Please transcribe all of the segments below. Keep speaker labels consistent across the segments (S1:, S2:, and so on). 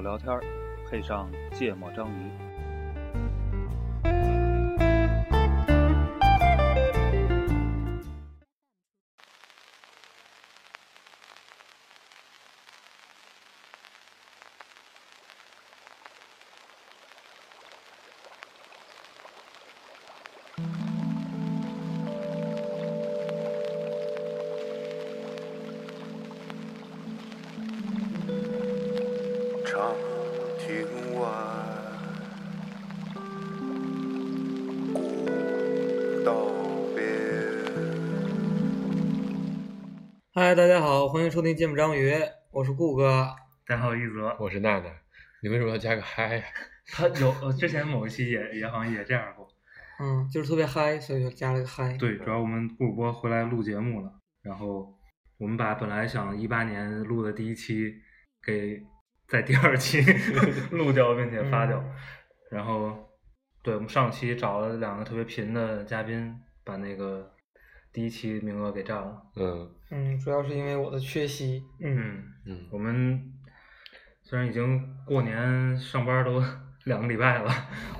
S1: 聊天，配上芥末章鱼。
S2: 长亭外，古道边。
S3: 嗨，大家好，欢迎收听《芥末章鱼》，我是顾哥。
S4: 大家好，一泽，
S5: 我是娜娜，你为什么要加个嗨呀？
S4: 哦他有呃之前某一期也也好像也这样过。
S3: 嗯，就是特别嗨，所以就加了个嗨。，
S4: 对，主要我们顾主播回来录节目了，然后我们把本来想一八年录的第一期给在第二 期录掉，并且发掉。
S3: 嗯
S4: 然后，对我们上期找了两个特别贫的嘉宾，把那个第一期名额给占了。
S5: 嗯
S3: 嗯，主要是因为我的缺席。嗯，
S4: 嗯，
S5: 嗯，
S4: 我们虽然已经过年上班都 两个礼拜了，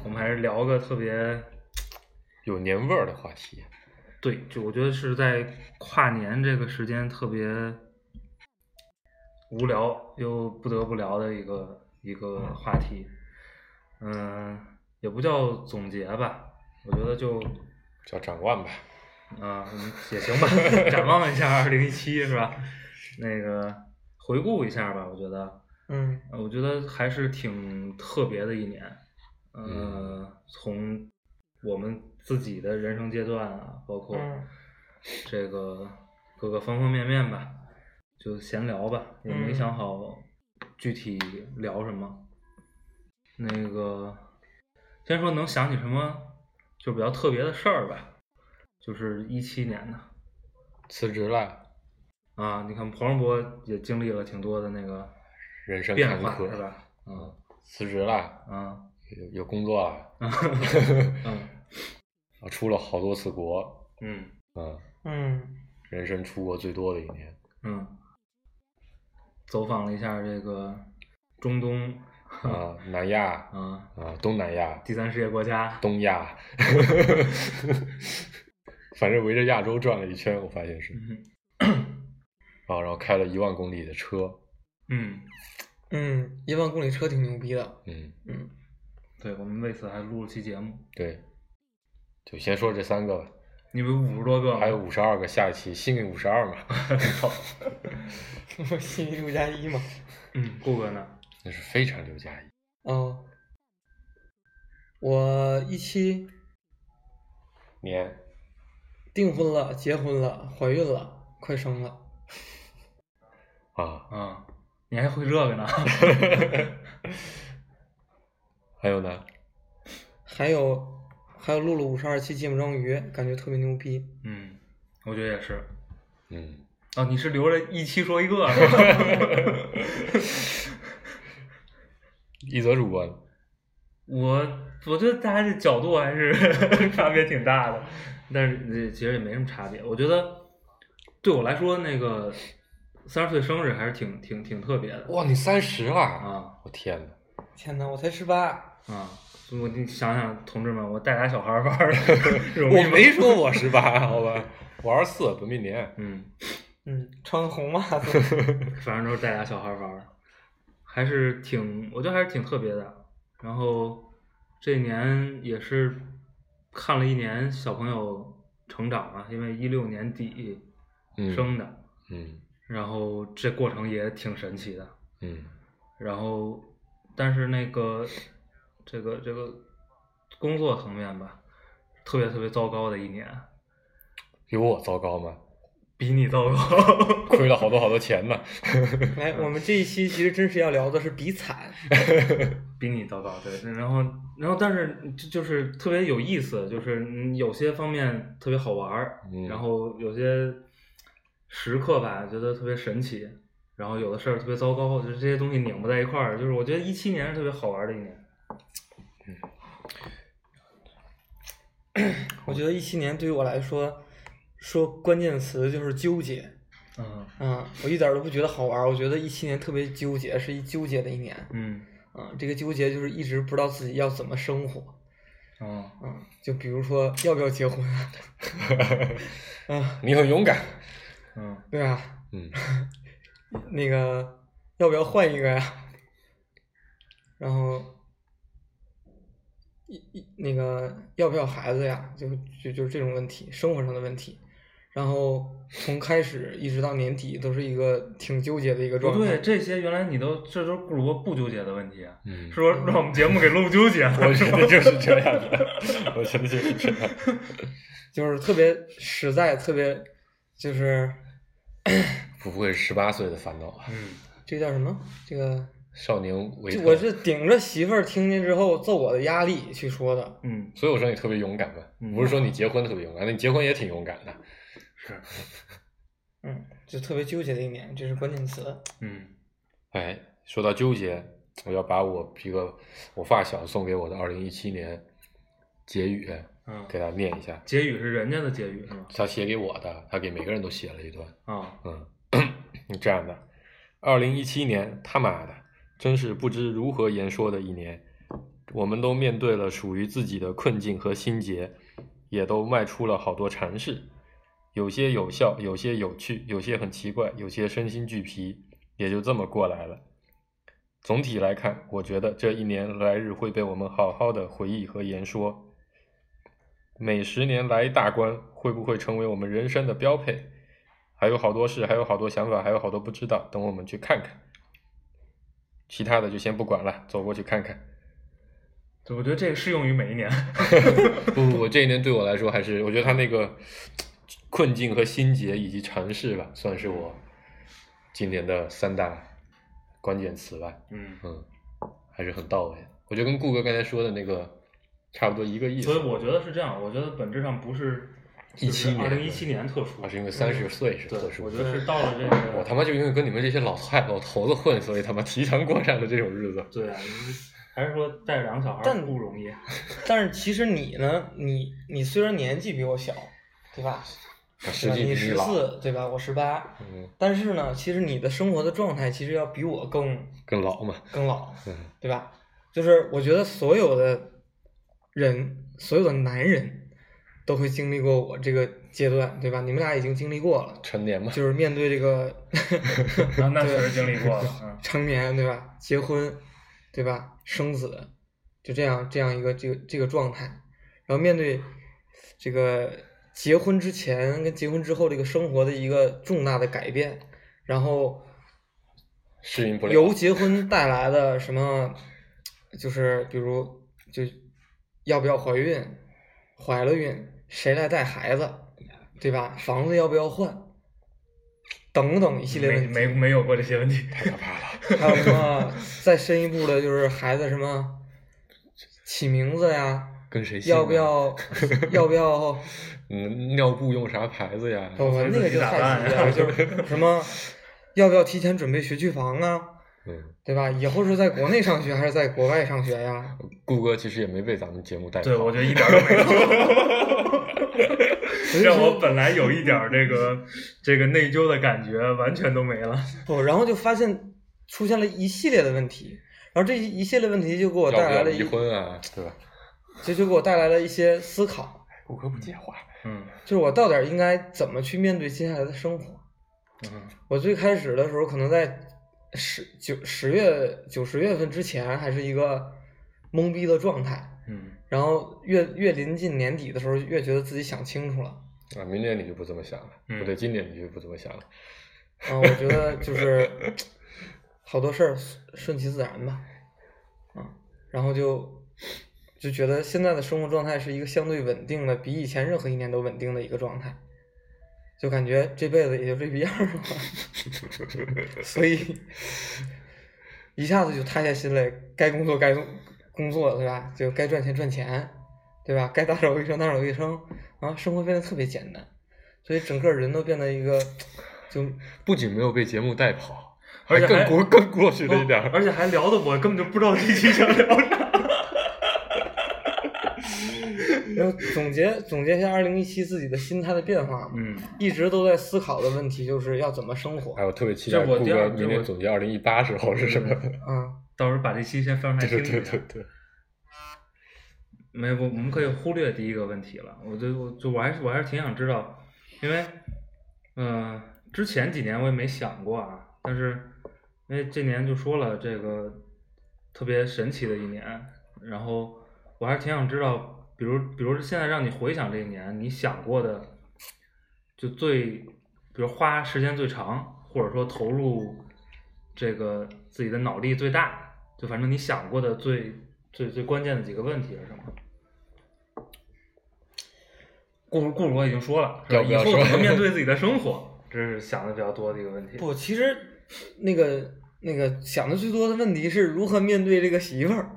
S4: 我们还是聊个特别
S5: 有年味儿的话题，
S4: 对，就我觉得是在跨年这个时间特别无聊又不得不聊的一个一个话题，嗯，也不叫总结吧，我觉得就，
S5: 叫展望吧。
S4: 啊、嗯，也行吧， 展望一下二零一七是吧？那个回顾一下吧，我觉得，
S3: 嗯，
S4: 呃我觉得还是挺特别的一年，呃，
S5: 嗯
S4: 从我们自己的人生阶段啊，包括
S3: 嗯
S4: 这个各个方方面面吧，就闲聊吧，也没
S3: 嗯
S4: 想好具体聊什么。那个，先说能想起什么就比较特别的事儿吧，就是一七年的，
S5: 辞职了，
S4: 啊，你看彭世博也经历了挺多的那个
S5: 人生
S4: 变
S5: 坎
S4: 化，是
S5: 坷，
S4: 吧？嗯
S5: 辞职了，
S4: 啊，
S5: 有有工作了，
S4: 嗯
S5: 啊出了好多次国，
S4: 嗯
S5: 嗯，
S3: 嗯
S5: 人生出国最多的一年，
S4: 嗯，走访了一下这个中东
S5: 啊，南亚，
S4: 啊，
S5: 啊，东南亚，
S4: 第三世界国家，
S5: 东亚， 反正围着亚洲转了一圈，我发现是
S4: 嗯
S5: 啊，然后开了一万公里的车，
S4: 嗯。
S3: 嗯，一万公里车挺牛逼的。
S5: 嗯，
S3: 嗯
S4: 对，我们为此还录了期节目，
S5: 对，就先说这三个吧。
S4: 你们五十多个吗，
S5: 还有五十二个，下一期幸运五十二 嘛，
S3: 我心里六加一嘛。
S4: 嗯，顾哥呢？
S5: 那是非常刘佳怡。
S3: 哦，我一期
S5: 年
S3: 订婚了，结婚了，怀孕了，快生了。
S5: 啊，
S4: 啊，你还会这个呢？
S5: 还有呢，
S3: 还有还有录了五十二期《芥末章鱼》，感觉特别牛逼。
S4: 嗯，我觉得也是。
S5: 嗯，
S4: 哦，你是留着一期说一个是吧？
S5: 一则主播呢
S4: 我我觉得大家这角度还是 差别挺大的，但是呃其实也没什么差别。我觉得对我来说，那个三十岁生日还是挺挺挺特别的。
S5: 哇，你三十了
S4: 啊！
S5: 我天哪，
S3: 天哪，我才十八，
S4: 啊！我你想想，同志们，我带俩小孩玩儿， 容易
S5: 我
S4: 吗
S5: 没说我十八，啊 好吧，我二十四，本命年。
S4: 嗯。
S3: 嗯，穿红袜子。
S4: 反正都是带俩小孩玩儿，还是挺，我觉得还是挺特别的。然后这一年也是看了一年小朋友成长嘛，因为一六年底
S5: 嗯
S4: 生的，
S5: 嗯
S4: 然后这过程也挺神奇的。
S5: 嗯
S4: 然后，但是那个这个这个工作层面吧，特别特别糟糕的一年，
S5: 有我糟糕吗？
S4: 比你糟糕。
S5: 亏了好多好多钱呢。
S3: 来，哎我们这一期其实真是要聊的是比惨。
S4: 比你糟糕，对。然后，然后，但是就就是特别有意思，就是嗯有些方面特别好玩儿，
S5: 嗯
S4: 然后有些时刻吧，觉得特别神奇，然后有的事儿特别糟糕，就是这些东西拧不在一块儿。就是我觉得一七年是特别好玩儿的一年，
S3: 我觉得一七年对于我来说，说关键词就是纠结。
S4: 嗯
S3: 啊，我一点儿都不觉得好玩儿，我觉得一七年特别纠结，是一纠结的一年。
S4: 嗯
S3: 啊、这个纠结就是一直不知道自己要怎么生活，
S4: 哦，
S3: 啊、就比如说要不要结婚，啊、
S5: 啊你很勇敢，
S4: 嗯，
S3: 对啊吧？
S5: 嗯，
S3: 那个要不要换一个呀？ 然后，一一那个要不要孩子呀？就就就是这种问题，生活上的问题。然后从开始一直到年底，都是一个挺纠结的一个
S4: 不
S3: 状态。
S4: 哦对，这些原来你都这都是主播不纠结的问题啊，
S5: 嗯
S4: 是，说让我们节目给录纠结 了，
S5: 我
S4: 是
S5: 觉
S4: 吧
S5: 得就是这样的， 我觉得就是这样的，
S3: 就是特别实在，特别就是
S5: 不会是十八岁的烦恼啊，
S4: 嗯，
S3: 这个叫什么？这个
S5: 少年维
S3: 就
S5: 特，
S3: 我是顶着媳妇儿听见之后揍我的压力去说的。
S4: 嗯，
S5: 所以我说你特别勇敢嘛，
S4: 嗯
S5: 不是说你结婚特别勇敢，那你结婚也挺勇敢的，
S4: 是，
S3: 嗯，就特别纠结的一年，这是关键词。
S4: 嗯，
S5: 哎，说到纠结，我要把我一个我发小送给我的二零一七年结语
S4: 嗯，
S5: 给大家念一下，
S4: 结语是人家的结语是吗？
S5: 他写给我的，他给每个人都写了一段，
S4: 啊，
S5: 嗯， 这样的，二零一七年，他妈的，真是不知如何言说的一年。我们都面对了属于自己的困境和心结，也都迈出了好多尝试，有些有效，有些有趣，有些很奇怪，有些身心俱疲，也就这么过来了。总体来看，我觉得这一年来日会被我们好好的回忆和言说。每十年来一大关，会不会成为我们人生的标配？还有好多事，还有好多想法，还有好多不知道，等我们去看看。其他的就先不管了，走过去看看。
S4: 就我觉得这个适用于每一年，
S5: 不不，我这一年对我来说还是，我觉得他那个困境和心结以及尝试吧，算是我今年的三大关键词吧。
S4: 嗯，
S5: 嗯，还是很到位的。我觉得跟顾哥刚才说的那个差不多一个意思。
S4: 所以我觉得是这样，我觉得本质上不是
S5: 17年
S4: 二 零一七年特殊，
S5: 啊，是因为三十岁是
S4: 对
S5: 特，殊
S4: 我觉。得是到了 这个，
S5: 我他妈就因为跟你们这些老菜老头子混，所以他妈提前过上了这种日子。
S4: 对啊，还是说带两个小孩
S3: 但
S4: 儿不容易，啊
S3: 但是其实你呢，你你虽然年纪比我小，对吧？
S5: 实
S3: 对吧
S5: 际
S3: 呃你
S5: 比你
S3: 十
S5: 老。
S3: 四，对吧？我十八，
S5: 嗯，
S3: 但是呢，其实你的生活的状态其实要比我更
S5: 更老嘛。
S3: 更老，
S5: 嗯
S3: 对吧？就是我觉得所有的人，所有的男人都会经历过我这个阶段，对吧？你们俩已经经历过了，
S5: 成年嘛，
S3: 就是面对这个
S4: 那那确实经历过了，嗯。
S3: 成年，对吧？结婚，对吧？生子，就这样这样一个这个这个状态。然后面对这个结婚之前跟结婚之后这个生活的一个重大的改变，然后
S5: 适应不了。
S3: 由结婚带来的什么，就是比如就要不要怀孕，怀了孕谁来带孩子，对吧？房子要不要换，等等一系列问
S4: 没
S3: 题。
S4: 没没有过这些问题，
S5: 太可怕了。
S3: 还有什么再深一步的，就是孩子什么起名字呀，
S5: 跟谁姓啊
S3: 要不？ 要要不要？
S5: 嗯，尿布用啥牌子呀？
S3: 不不，那个就太细了，就是什么要不要提前准备学区房啊，
S5: 嗯，
S3: 对吧？以后是在国内上学还是在国外上学呀？
S5: 顾哥其实也没被咱们节目带跑。
S4: 对我觉得一点儿都没 有，让我本来有一点儿这个这个内疚的感觉完全都没了。
S3: 不，然后就发现出现了一系列的问题，然后这一系列问题就给我
S5: 要不
S3: 带
S5: 要
S3: 来了
S5: 离
S3: 一，
S5: 婚啊？对吧？
S3: 这就给我带来了一些思考，
S5: 顾哥不接话。
S4: 嗯
S3: 就是我到底应该怎么去面对接下来的生活。
S4: 嗯
S3: 我最开始的时候，可能在十九十月九十月份之前，还是一个懵逼的状态。
S4: 嗯，
S3: 然后越越临近年底的时候，越觉得自己想清楚了。
S5: 啊，明年你就不这么想了，
S4: 嗯
S5: 不对，今年你就不这么想了。
S3: 嗯，我觉得就是好多事儿顺其自然吧。嗯，然后就就觉得现在的生活状态是一个相对稳定的，比以前任何一年都稳定的一个状态。就感觉这辈子也就这逼样儿了， 所以一下子就塌下心来，该工作该工作，对吧？就该赚钱赚钱，对吧？该打扫卫生打扫卫生，啊，生活变得特别简单，所以整个人都变得一个就
S5: 不仅没有被节目带跑，
S4: 而且
S5: 更
S4: 还
S5: 过更过去了一点儿。
S4: 哦而且还聊的我根本就不知道这期想聊啥。
S3: 然后总结总结一下二零一七自己的心态的变化，
S4: 嗯，
S3: 一直都在思考的问题就是要怎么生活
S5: 哎，，我特别期待
S4: 这我
S5: 顾
S4: 第
S5: 哥
S4: 二
S5: 明
S4: 这
S5: 年
S4: 我
S5: 总结二零一八时候是什么。
S3: 啊，
S4: 到时候把这期先翻出来
S5: 对
S4: 听
S5: 对
S4: 一下。
S5: 对对对，
S4: 没有，我我们可以忽略第一个问题了。我就我就我还是我还是挺想知道，因为，嗯、之前几年我也没想过啊，但是因为这年就说了这个特别神奇的一年，然后我还是挺想知道，比如比如现在让你回想这一年，你想过的就最，比如花时间最长，或者说投入这个自己的脑力最大，就反正你想过的最最最关键的几个问题是什么？顾主顾主播已经说了，是吧
S5: 要不要
S4: 以后
S5: 说
S4: 怎么面对自己的生活，这是想的比较多的一个问题。
S3: 不，其实那个那个想的最多的问题是如何面对这个媳妇儿，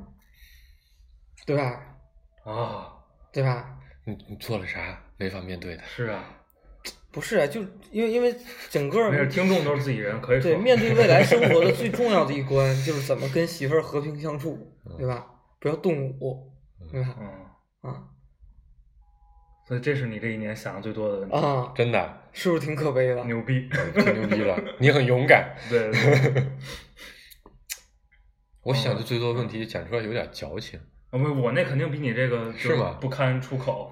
S3: 对吧？
S5: 啊，
S3: 对吧？
S5: 你嗯你做了啥？没法面对的。
S4: 是啊，
S3: 不是啊，就因为因为整个
S4: 没事，听众都是自己人，可以说
S3: 对面对未来生活的最重要的一关就是怎么跟媳妇儿和平相处，对吧？不要动武，对吧？
S4: 嗯，
S3: 啊
S4: 所以这是你这一年想的最多的问题，
S3: 啊，
S5: 真的
S3: 是不是挺可悲的？
S4: 牛逼，
S5: 挺牛逼的，你很勇敢。
S4: 对，对对
S5: 我想的最多的问题讲出来有点矫情。
S4: 我们我那肯定比你这个就是
S5: 吗
S4: 不堪出口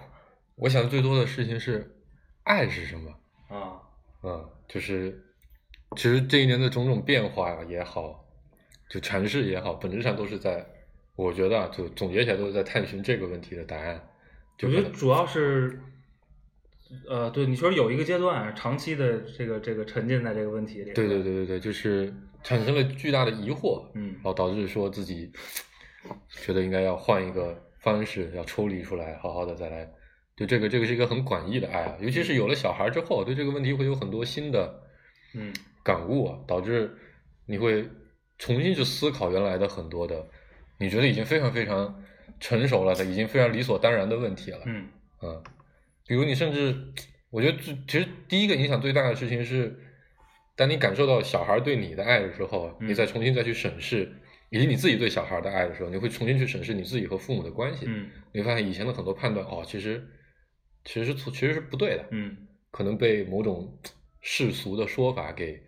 S5: 我想的最多的事情是，爱是什么？
S4: 啊，
S5: 嗯，就是其实这一年的种种变化也好，就阐释也好，本质上都是在，我觉得啊，就总结起来都是在探寻这个问题的答案。就
S4: 我
S5: 可
S4: 觉得
S5: 能
S4: 主要是，呃，对你说有一个阶段长期的这个这个沉浸在这个问题里，
S5: 对对，对对对，就是产生了巨大的疑惑，
S4: 嗯
S5: 然，后哦导致说自己觉得应该要换一个方式，要抽离出来，好好的再来。对这个，这个是一个很广义的爱啊，尤其是有了小孩之后，对这个问题会有很多新的
S4: 嗯
S5: 感悟啊，导致你会重新去思考原来的很多的，你觉得已经非常非常成熟了的，已经非常理所当然的问题了。
S4: 嗯
S5: 嗯，比如你甚至，我觉得最其实第一个影响最大的事情是，当你感受到小孩对你的爱的时候，
S4: 嗯
S5: 你再重新再去审视，以及你自己对小孩的爱的时候，你会重新去审视你自己和父母的关系。
S4: 嗯
S5: 你会发现以前的很多判断，哦，其实其实是错，其实是不对的，
S4: 嗯
S5: 可能被某种世俗的说法给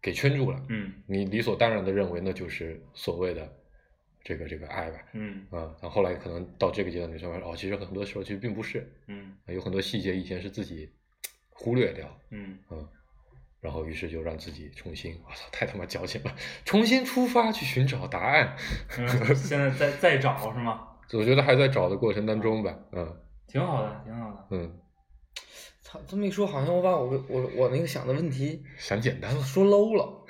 S5: 给圈住了。
S4: 嗯
S5: 你理所当然的认为那就是所谓的这个这个爱吧，
S4: 嗯
S5: 啊、然后后来可能到这个阶段，你才发现哦，其实很多时候其实并不是，
S4: 嗯
S5: 有很多细节以前是自己忽略掉，
S4: 嗯，
S5: 嗯，然后于是就让自己重新，我操，太他妈矫情了，重新出发去寻找答案。
S4: 嗯现在再再找是吗？
S5: 我觉得还在找的过程当中吧，嗯
S4: 挺好的，挺好的，
S5: 嗯，
S3: 操，这么一说，好像我把我我我那个想的问题
S5: 想简单了，
S3: 说 low 了。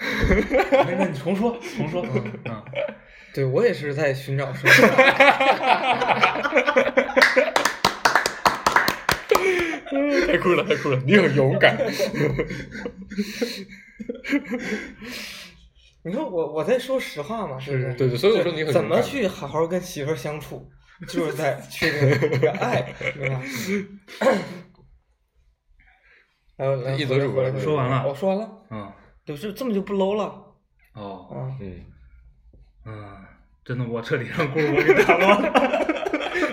S4: 那那你重说重说，嗯嗯，
S3: 对我也是在寻找生活。
S5: 太酷了，太酷了，你很勇 敢。
S3: 你看我我在说实话嘛，对不对？
S5: 对对，所以我说你很勇
S3: 怎
S5: 敢
S3: 么去好好跟媳妇儿相处，就是 在确定这个爱，对吧？ 来，我来
S5: 一
S3: 回
S5: 则
S3: 来
S5: 主
S3: 回来回
S5: 播
S3: 来
S4: 说完了
S3: 我说完了，
S4: 嗯
S3: 对，就这么就不 low 了
S4: 哦。
S3: 啊！
S5: 嗯，
S4: 嗯，真的，我彻底让顾主播给打乱了。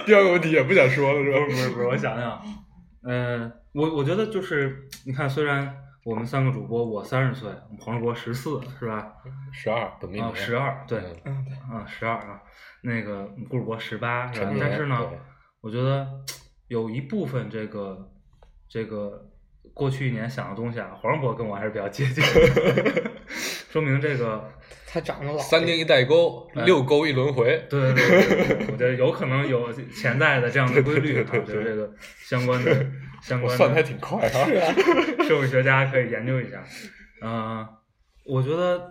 S5: 第二个问题也不想说了，
S4: 不
S5: 是
S4: 是不是不是，我想想，呃，我我觉得就是，你看，虽然我们三个主播，我三十岁，黄世博十四，是吧？
S5: 十二，本命
S4: 啊，
S5: 年
S4: 十，二，对，
S5: 嗯
S3: 嗯，对，
S4: 啊，十二啊，那个顾主播十八，是吧
S5: 成？年
S4: 但是呢
S5: 对，
S4: 我觉得有一部分这个这个过去一年想的东西啊，黄世博跟我还是比较接近的， 说明这个
S3: 他长得老，
S5: 三年一代沟，
S4: 哎
S5: 六沟一轮回。
S4: 对对对对，对我觉得有可能有潜在的这样的规律啊，
S5: 对对
S4: 就
S5: 对对对
S4: 这个相关 的相
S5: 我
S4: 关
S5: 算的还
S4: 的
S5: 挺快啊，
S4: 社会学家可以研究一下。嗯、我觉得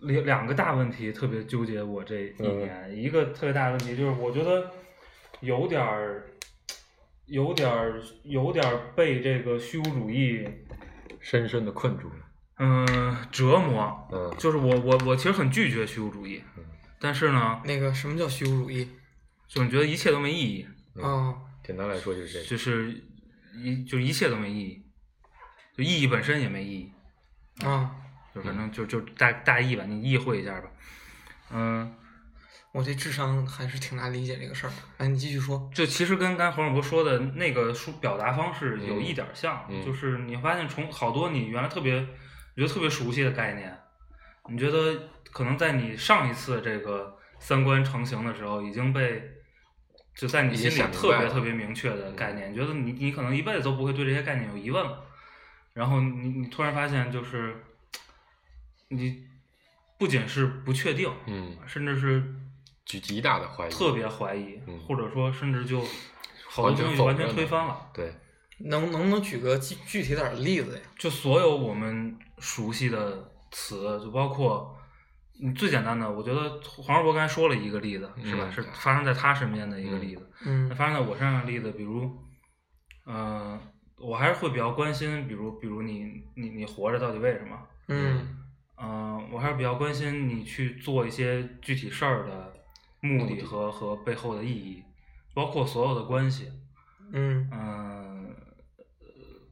S4: 两两个大问题特别纠结我这一
S5: 嗯
S4: 年，一个特别大的问题就是我觉得有点儿。有点儿，有点儿被这个虚无主义，
S5: 深深的困住了。
S4: 嗯、折磨。
S5: 嗯
S4: 就是我，我，我其实很拒绝虚无主义，但是呢，
S3: 那个什么叫虚无主义
S4: 总觉得一切都没意义。
S3: 啊？
S5: 简单来说就是这个。
S4: 就是一就一切都没意义，就意义本身也没意义，
S3: 啊，
S4: 就反正就就大大意吧，你意会一下吧。嗯，
S3: 我这智商还是挺难理解这个事儿的。哎，你继续说，
S4: 就其实跟刚才黄世博说的那个书表达方式有一点像，
S5: 嗯嗯
S4: 就是你发现从好多你原来特别觉得特别熟悉的概念，你觉得可能在你上一次这个三观成型的时候，已经被就在你心
S5: 已经想
S4: 里
S5: 明
S4: 特
S5: 白
S4: 别
S5: 了嗯
S4: 特别明确的概念，你觉得你你可能一辈子都不会对这些概念有疑问了，然后你你突然发现就是你不仅是不确定，
S5: 嗯，
S4: 甚至是
S5: 举极大的怀疑，
S4: 特别怀疑，
S5: 嗯
S4: 或者说甚至就好
S5: 完
S4: 多东西
S5: 全否
S4: 完全
S5: 认
S4: 推
S5: 了
S4: 翻了。
S5: 对，
S3: 能能不能举个具具体点儿的例子呀？
S4: 就所有我们熟悉的词，就包括嗯最简单的，我觉得黄世博刚才说了一个例子，是吧？
S5: 嗯
S4: 是发生在他身边的一个
S5: 嗯
S4: 例子。
S3: 嗯
S4: 那发生在我身上的例子，比如，嗯，我还是会比较关心，比如，比如你你你活着到底为什么？
S3: 嗯
S4: 嗯、我还是比较关心你去做一些具体事儿的目
S5: 目
S4: 的
S5: 的
S4: 和和背后的意义，包括所有的关系。
S3: 嗯
S4: 嗯，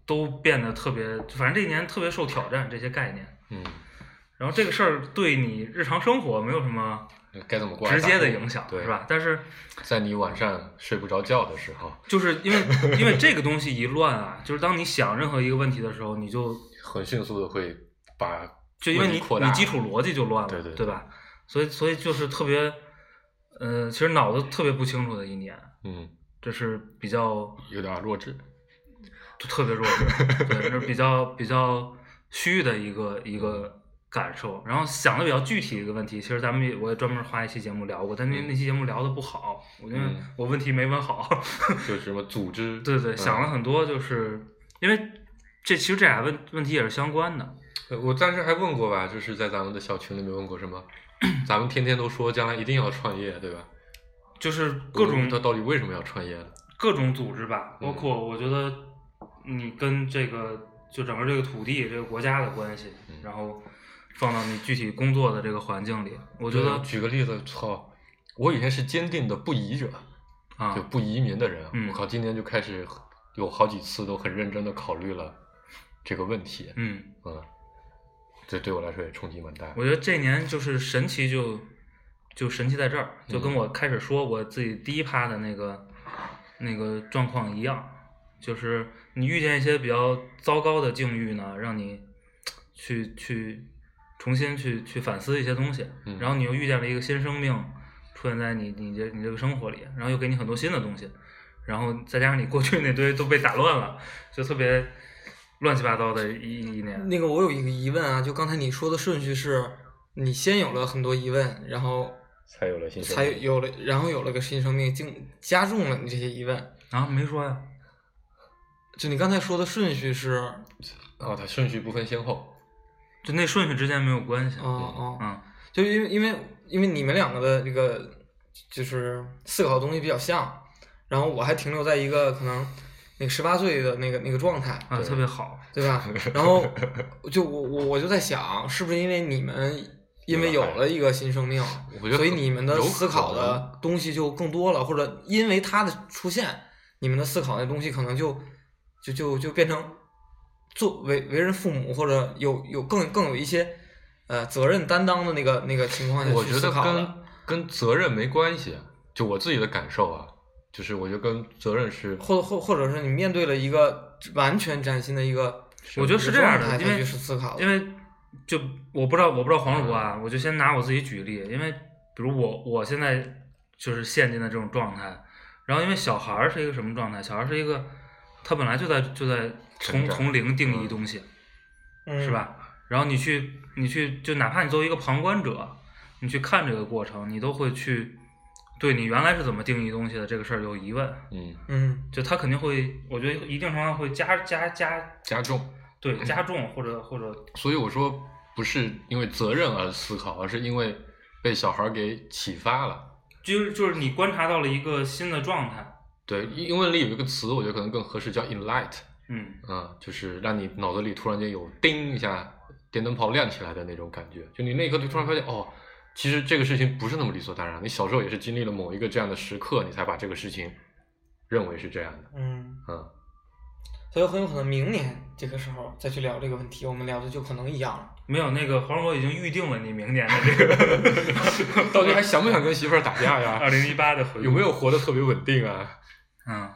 S4: 都变得特别，反正这一年特别受挑战这些概念。
S5: 嗯，
S4: 然后这个事儿对你日常生活没有什么
S5: 该怎么过来
S4: 直接的
S5: 打破
S4: 影响，
S5: 对
S4: 是吧？？但是
S5: 在你晚上睡不着觉的时候，
S4: 就是因为因为这个东西一乱啊，就是当你想任何一个问题的时候，你就
S5: 很迅速的会把
S4: 就因为
S5: 问
S4: 你
S5: 题扩
S4: 你
S5: 大
S4: 基础逻辑就乱了，
S5: 对对对
S4: 吧？所以所以就是特别，呃，其实脑子特别不清楚的一年，
S5: 嗯
S4: 这是比较
S5: 有点弱智，
S4: 就特别弱智，对，就是比较比较虚的一个一个感受。然后想的比较具体一个问题，其实咱们也我也专门花一期节目聊过，但那
S5: 嗯
S4: 那期节目聊的不好，我觉得
S5: 嗯
S4: 我问题没问好。
S5: 就是什么组织，
S4: 对对，
S5: 嗯
S4: 想了很多，就是因为这其实这俩问问题也是相关的。
S5: 呃我当时还问过吧，就是在咱们的小群里面问过什么，咱们天天都说将来一定要创业，对吧？
S4: 就是各种
S5: 他到底为什么要创业呢？
S4: 各种组织吧，
S5: 嗯
S4: 包括我觉得你跟这个就整个这个土地、这个国家的关系，
S5: 嗯
S4: 然后放到你具体工作的这个环境里，我
S5: 我
S4: 觉得
S5: 举个例子，操，我以前是坚定的不移者，
S4: 啊
S5: 就，不移民的人，
S4: 嗯
S5: 我靠，今年就开始有好几次都很认真的考虑了这个问题，
S4: 嗯。
S5: 嗯，这对我来说也冲击蛮大。
S4: 我觉得这一年就是神奇就，就神奇在这儿，就跟我开始说我自己第一趴的那个那个状况一样，就是你遇见一些比较糟糕的境遇呢，让你去去重新去去反思一些东西，
S5: 嗯
S4: 然后你又遇见了一个新生命出现在你你这你这个生活里，然后又给你很多新的东西，然后再加上你过去那堆都被打乱了，就特别乱七八糟的一一年。
S3: 那个我有一个疑问啊，就刚才你说的顺序是，你先有了很多疑问，然后
S5: 才有了新
S3: 才有了，然后有了个新生命，竟加重了你这些疑问。
S4: 啊，没说呀。
S3: 就你刚才说的顺序是，哦
S5: 啊，它顺序不分先后，
S4: 就那顺序之间没有关系。
S3: 哦，
S4: 嗯
S3: 就因为因为因为你们两个的这个就是思考的东西比较像，然后我还停留在一个可能那个十八岁的那个那个状态，
S4: 啊，特别好。
S3: 对吧？然后就我我我就在想，是不是因为你们因为有了一个新生命
S5: 我觉，得
S3: 所以你们的
S5: 有可能
S3: 思考的东西就更多了，或者因为它的出现，你们的思考的东西可能就就就就变成做为为人父母或者有有更更有一些呃责任担当的那个那个情况下
S5: 我
S3: 去
S5: 觉
S3: 思
S5: 得
S3: 考
S5: 跟
S3: 的，
S5: 跟责任没关系，就我自己的感受啊，就是我觉得跟责任是
S3: 或或或者是你面对了一个完全崭新的一个。
S4: 我觉得是这样的
S3: 一个状态
S4: 因为
S3: 才去思考的，嗯
S4: 因为就我不知道，我不知道黄主播啊，我就先拿我自己举例，因为比如我我现在就是陷进的这种状态，然后因为小孩儿是一个什么状态？小孩儿是一个他本来就在就在从
S5: 成长
S4: 从零定义东西，
S3: 嗯
S4: 是？吧？然后你去你去就哪怕你作为一个旁观者，你去看这个过程，你都会去对你原来是怎么定义东西的这个事儿有疑问，
S5: 嗯
S3: 嗯
S4: 就他肯定会，我觉得一定程度上会加加加
S5: 加重，
S4: 对加重或者或者
S5: 所以我说不是因为责任而思考，而是因为被小孩给启发了。
S4: 就是就是你观察到了一个新的状态，
S5: 对，英英文里有一个词，我觉得可能更合适，叫 enlight，
S4: 嗯
S5: 啊、就是让你脑子里突然间有叮一下电灯泡亮起来的那种感觉，就你那一刻就突然发现，哦，其实这个事情不是那么理所当然，你小时候也是经历了某一个这样的时刻，你才把这个事情认为是这样的，
S3: 嗯。
S5: 嗯，
S3: 所以很有可能明年这个时候再去聊这个问题，我们聊的就可能一样了。
S4: 没有那个黄渤已经预定了你明年的这个 啊
S5: 到底还想不想跟媳妇儿打架
S4: 二
S5: 呀？
S4: 零一八的回顾
S5: 有没有活得特别稳定啊？
S4: 嗯，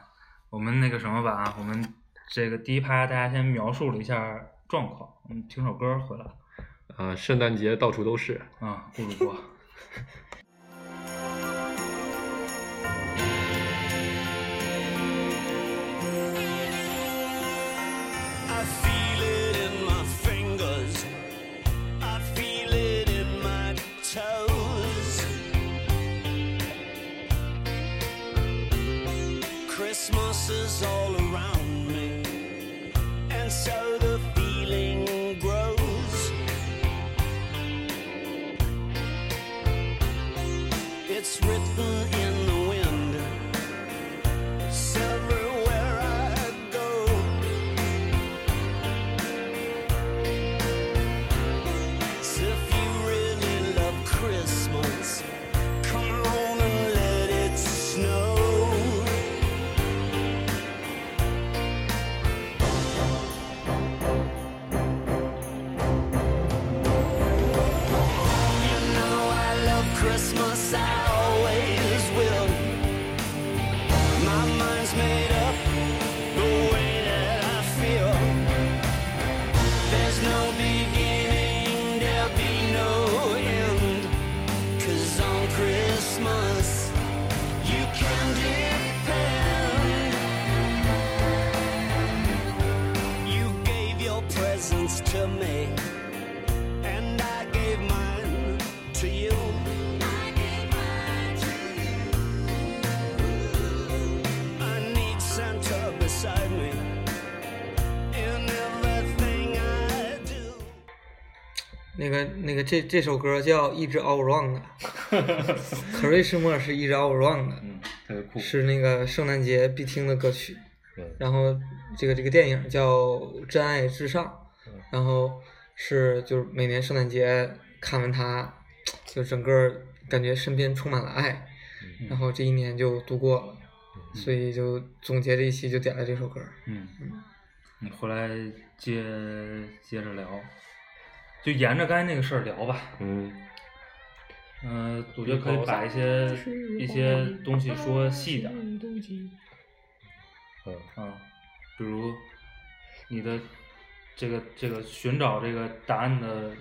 S4: 我们那个什么吧啊，我们这个第一趴大家先描述了一下状况，我们听首歌回来。
S5: 啊，圣诞节到处都是。
S4: 啊，不如不。
S6: I feel it in my fingers. I feel it in my toes. Christmas is all around me, and so the feeling grows. It's written in the wind. It's everywhere I go. If you really love Christmas, come on and let it snow. You know I love Christmas, I always will. My mind's made up the way that I feel. There's no beginning, there'll be no end. Cause on Christmas, you can depend. You gave your presents to me, and I gave mine to you. I need Santa beside me. In everything I do.
S3: 那个那个这这首歌叫《一直 All Wrong》的啊 ，Christmas 是一直 All Wrong 的，
S5: 嗯，特别酷。
S3: 是那个圣诞节必听的歌曲。
S5: 嗯
S3: 然后这个这个电影叫《真爱至上》，然后是就是每年圣诞节看完它，就整个感觉身边充满了爱，
S5: 嗯
S3: 然后这一年就度过了，所以就总结这一期就点了这首歌。
S4: 嗯，你回来接接着聊，就沿着刚才那个事儿聊吧。
S5: 嗯，
S4: 嗯、我觉得可以把一些一些东西说细点儿。
S5: 嗯
S4: 啊，比如你的这个这个寻找这个答案的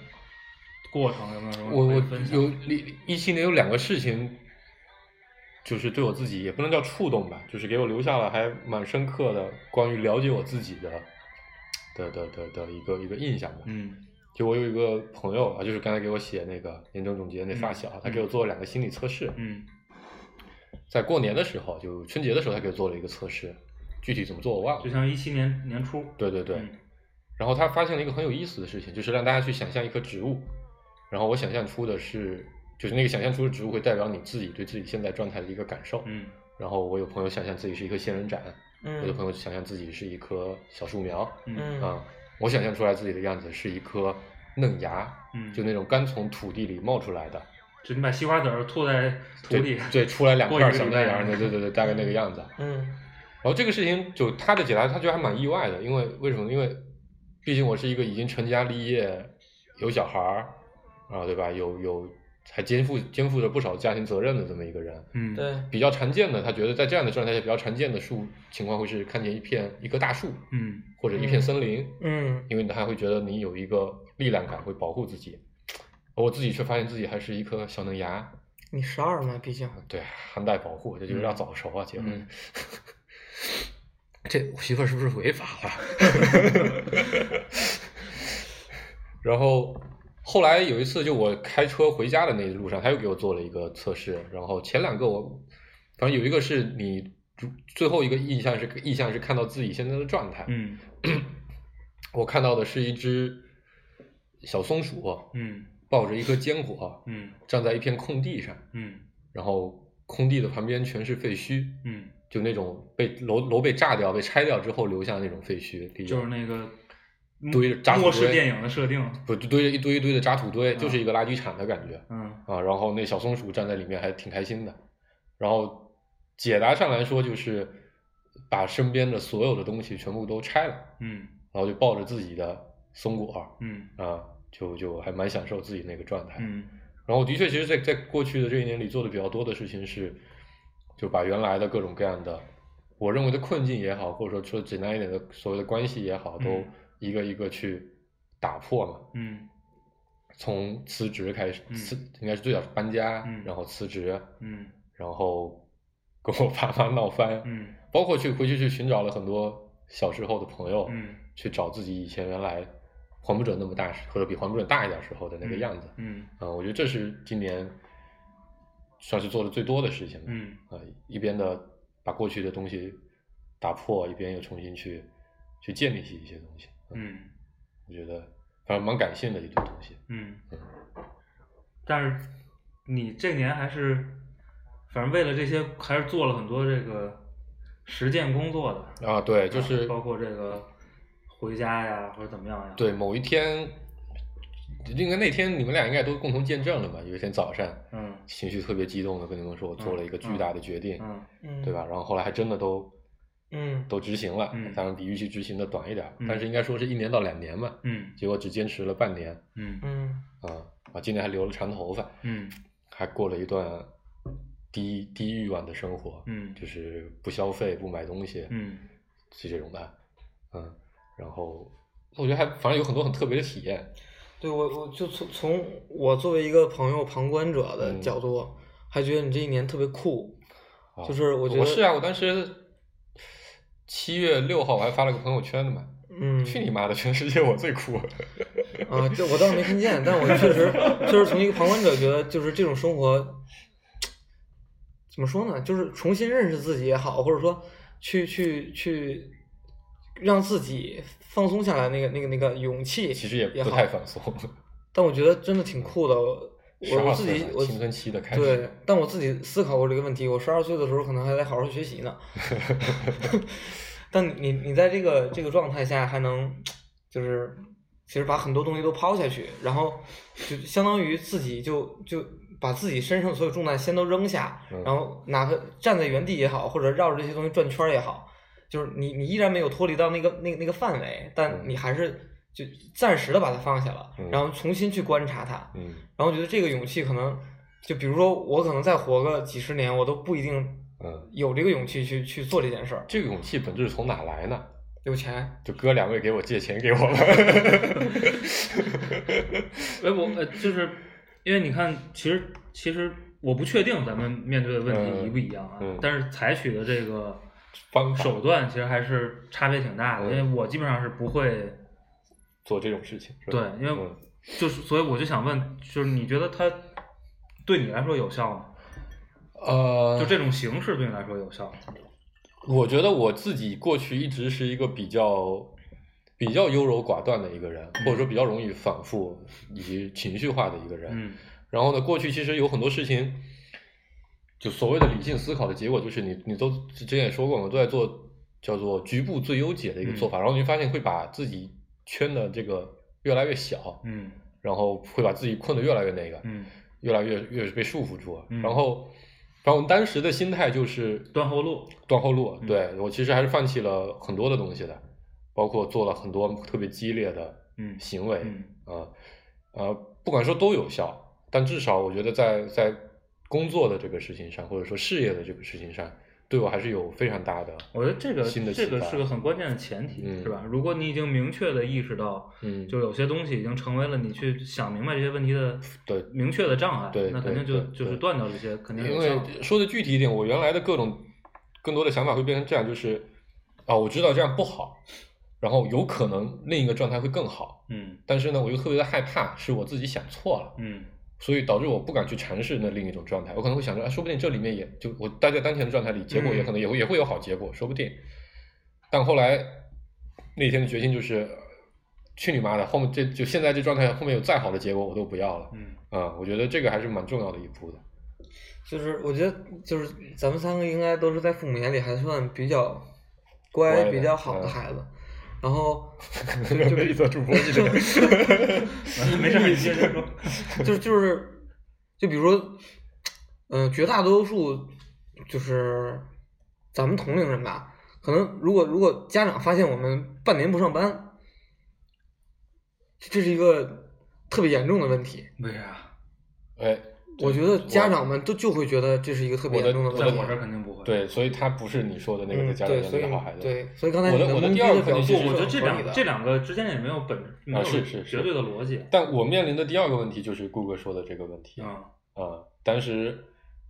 S4: 过程有没有什么
S5: 我
S4: 可以
S5: 我
S4: 分享？
S5: 有一一七年有两个事情，就是对我自己也不能叫触动吧，就是给我留下了还蛮深刻的关于了解我自己的的的的的一个一个印象吧。
S4: 嗯
S5: 就我有一个朋友啊，就是刚才给我写那个年终总结那发小，
S4: 嗯
S5: 他给我做了两个心理测试，
S4: 嗯
S5: 在过年的时候，就春节的时候，他给我做了一个测试，具体怎么做我忘
S4: 就
S5: 了。
S4: 像一七年年初，
S5: 对对对，
S4: 嗯
S5: 然后他发现了一个很有意思的事情，就是让大家去想象一棵植物，然后我想象出的是，就是那个想象出的植物会代表你自己对自己现在状态的一个感受。
S4: 嗯
S5: 然后我有朋友想象自己是一棵仙人掌，我的
S3: 嗯
S5: 朋友想象自己是一棵小树苗，啊、
S4: 嗯
S3: 嗯
S5: 我想象出来自己的样子是一颗嫩芽，
S4: 嗯，
S5: 就那种刚从土地里冒出来的，
S4: 就你把西瓜籽儿吐在土
S5: 对
S4: 里，
S5: 对，出来两
S4: 过
S5: 块
S4: 一个
S5: 小
S4: 礼
S5: 嫩
S4: 拜
S5: 芽儿，对对对对，大概那个样子。
S3: 嗯
S5: 然后这个事情就他的解答，他觉得还蛮意外的，因为为什么呢？因为毕竟我是一个已经成家立业、有小孩儿，啊，对吧？有有还肩负肩负着不少家庭责任的这么一个人。
S4: 嗯
S3: 对，
S5: 比较常见的，他觉得在这样的状态下，比较常见的树情况会是看见一片一棵大树
S4: 嗯
S5: 或者一片森林，
S3: 嗯
S5: 因为他会觉得你有一个力量感，会保护自己。而我自己却发现自己还是一颗小嫩芽，
S3: 你十二嘛，毕竟
S5: 对，还带保护，这就是要早熟啊，结婚。
S4: 嗯
S5: 这我媳妇儿是不是违法了？ 然后后来有一次，就我开车回家的那一路上，他又给我做了一个测试。然后前两个我，反正有一个是你最后一个印象是意向是看到自己现在的状态。
S4: 嗯
S5: 我看到的是一只小松鼠
S4: 嗯
S5: 抱着一颗坚果，
S4: 嗯
S5: 站在一片空地上，
S4: 嗯
S5: 然后空地的旁边全是废墟。
S4: 嗯，
S5: 就那种被楼楼被炸掉、被拆掉之后留下的那种废墟，地
S4: 就是那个
S5: 堆着渣土堆
S4: 末世电影的设定，
S5: 不就堆着一堆一堆的渣土堆，
S4: 嗯
S5: 就是一个垃圾场的感觉
S4: 嗯
S5: 啊。然后那小松鼠站在里面还挺开心的。然后解答上来说就是把身边的所有的东西全部都拆了，
S4: 嗯
S5: 然后就抱着自己的松果
S4: 嗯
S5: 啊，就就还蛮享受自己那个状态。
S4: 嗯
S5: 然后的确，其实在，在过去的这一年里做的比较多的事情是，就把原来的各种各样的我认为的困境也好，或者说说简单一点的所谓的关系也好，都
S4: 嗯
S5: 一个一个去打破嘛。
S4: 嗯
S5: 从辞职开始，
S4: 嗯
S5: 辞应该是最早是搬家，
S4: 嗯
S5: 然后辞职，
S4: 嗯
S5: 然后跟我爸妈闹翻，
S4: 嗯
S5: 包括去回去去寻找了很多小时候的朋友，
S4: 嗯
S5: 去找自己以前原来还不准那么大时或者比还不准大一点时候的那个样子。
S4: 嗯
S5: 嗯、我觉得这是今年算是做的最多的事情吧。
S4: 嗯
S5: 呃，一边的把过去的东西打破，一边又重新去去建立起一些东西。
S4: 嗯
S5: 我觉得反正蛮感性的一堆东西。
S4: 嗯，但是你这年还是，反正为了这些还是做了很多这个实践工作的，
S5: 啊，对，就是
S4: 包括这个回家呀或者怎么样呀，
S5: 对，某一天，应该那天你们俩应该都共同见证了吧？有一天早上，
S4: 嗯
S5: 情绪特别激动的跟你们说，我做了一个巨大的决定，
S4: 嗯
S3: 嗯，
S5: 对吧？？然后后来还真的都
S3: 嗯，
S5: 都执行了，
S4: 嗯
S5: 当然比预期执行的短一点儿，
S4: 嗯
S5: 但是应该说是一年到两年嘛，
S4: 嗯
S5: 结果只坚持了半年
S4: 嗯
S3: 嗯
S5: 啊啊！今年还留了长头发，
S4: 嗯
S5: 还过了一段低低欲望的生活，
S4: 嗯
S5: 就是不消费、不买东西，
S4: 嗯
S5: 是这种的，嗯，然后我觉得还反正有很多很特别的体验，
S3: 对我我就从从我作为一个朋友旁观者的
S5: 嗯
S3: 角度，还觉得你这一年特别酷，
S5: 啊
S3: 就是我觉得
S5: 我是啊，我当时七月六号我还发了个朋友圈的嘛，
S3: 嗯，
S5: 去你妈的，全世界我最酷，
S3: 啊，这我倒是没听见，但我确 实确实从一个旁观者觉得，就是这种生活，怎么说呢？就是重新认识自己也好，或者说去去去让自己放松下来，那个那个那个勇气，
S5: 其实也
S3: 也
S5: 不
S3: 好
S5: 太放松，
S3: 但我觉得真的挺酷的。我
S5: 12
S3: 我自己
S5: 岁了
S3: 我
S5: 青春期的开始，
S3: 对，但我自己思考过这个问题。我十二岁的时候可能还得好好学习 呢，但你你在这个这个状态下还能，就是其实把很多东西都抛下去，然后就相当于自己就就把自己身上所有重担先都扔下，
S5: 嗯
S3: 然后哪怕站在原地也好，或者绕着这些东西转圈儿也好，就是你你依然没有脱离到那个那个那个范围，但
S5: 嗯
S3: 你还是就暂时的把它放下了，
S5: 嗯
S3: 然后重新去观察它。
S5: 嗯
S3: 然后觉得这个勇气可能，就比如说我可能再活个几十年，我都不一定
S5: 嗯，
S3: 有这个勇气去去做这件事儿。
S5: 这个勇气本质是从哪来呢？
S3: 有钱，
S5: 就哥两位给我借钱给我了，
S4: 哎，我呃，就是因为你看，其实其实我不确定咱们面对的问题
S5: 嗯
S4: 一不一样啊，
S5: 嗯
S4: 但是采取的这个
S5: 方法
S4: 手段其实还是差别挺大的，因
S5: 嗯
S4: 为我基本上是不会
S5: 做这种事情，是
S4: 对
S5: 吧，
S4: 因为
S5: 嗯
S4: 就是所以我就想问，就是你觉得它对你来说有效吗？
S5: 呃，
S4: 就这种形式对你来说有效吗？
S5: 我觉得我自己过去一直是一个比较比较优柔寡断的一个人，或者说比较容易反复以及情绪化的一个人。
S4: 嗯
S5: 然后呢，过去其实有很多事情，就所谓的理性思考的结果，就是你你都之前也说过嘛，都在做叫做局部最优解的一个做
S4: 嗯
S5: 法，然后你发现会把自己圈的这个越来越小，
S4: 嗯
S5: 然后会把自己困得越来越那个，
S4: 嗯，
S5: 越来越越被束缚住。
S4: 嗯
S5: 然后，反正我们当时的心态就是
S4: 断后路。
S5: 断后路，
S4: 嗯
S5: 对我其实还是放弃了很多的东西的，包括做了很多特别激烈的
S4: 嗯
S5: 行为，
S4: 嗯
S5: 啊、呃，不管说都有效，但至少我觉得在在工作的这个事情上，或者说事业的这个事情上，对我还是有非常大的，
S4: 我觉得这个
S5: 新的
S4: 这个
S5: 启发
S4: 是个很关键的前提，
S5: 嗯
S4: 是吧？如果你已经明确的意识到，
S5: 嗯，
S4: 就有些东西已经成为了你去想明白这些问题的
S5: 对
S4: 明确的障碍，
S5: 对
S4: 那肯定
S5: 对
S4: 就
S5: 对
S4: 就是
S5: 对
S4: 断掉这些，肯定
S5: 因
S4: 有效
S5: 为
S4: 果。
S5: 说的具体一点，我原来的各种更多的想法会变成这样，就是啊、我知道这样不好，然后有可能另一个状态会更好，
S4: 嗯
S5: 但是呢，我又特别的害怕是我自己想错了。
S4: 嗯
S5: 所以导致我不敢去尝试那另一种状态。我可能会想着，啊，说不定这里面也就我待在当前的状态里，结果
S4: 嗯
S5: 也可能也会、也会有好结果，说不定。但后来那天的决心就是，去你妈的！后面这就现在这状态，后面有再好的结果我都不要了。
S4: 嗯
S5: 啊、我觉得这个还是蛮重要的一步的。
S3: 就是我觉得就是咱们三个应该都是在父母眼里还算比较乖、
S5: 乖的
S3: 比较好的
S5: 嗯
S3: 孩子，然后就就
S5: 没做主播一直
S4: 没事儿，你接着说。
S3: 就是就是， 就比如说，嗯、绝大多数就是咱们同龄人吧，可能如果如果家长发现我们半年不上班，这这是一个特别严重的问题。
S4: 为啥？
S5: 哎，
S3: 我觉得家长们都就会觉得这是一个特别
S5: 我的
S3: 严重的
S5: 我
S4: 在
S5: 的
S3: 问题
S4: 我这。儿肯定不会。，
S5: 对，所以他不是你说的那个在
S3: 嗯，
S5: 家里
S3: 对，所
S5: 面
S3: 以
S5: 的好孩子。
S3: 对，所以刚才
S5: 我
S3: 你
S5: 的
S3: 的
S5: 我的
S3: 懵
S5: 第
S3: 逼
S5: 二个
S3: 的表
S5: 问
S3: 述
S5: 题
S3: 是
S5: 是
S4: 我觉得这
S3: 很合理
S4: 两
S3: 的
S4: 这两个之间也没有本没有
S5: 啊是是是
S4: 绝对的逻辑
S5: 但我面临的第二个问题就是顾哥说的这个问题啊、
S4: 啊、
S5: 当时，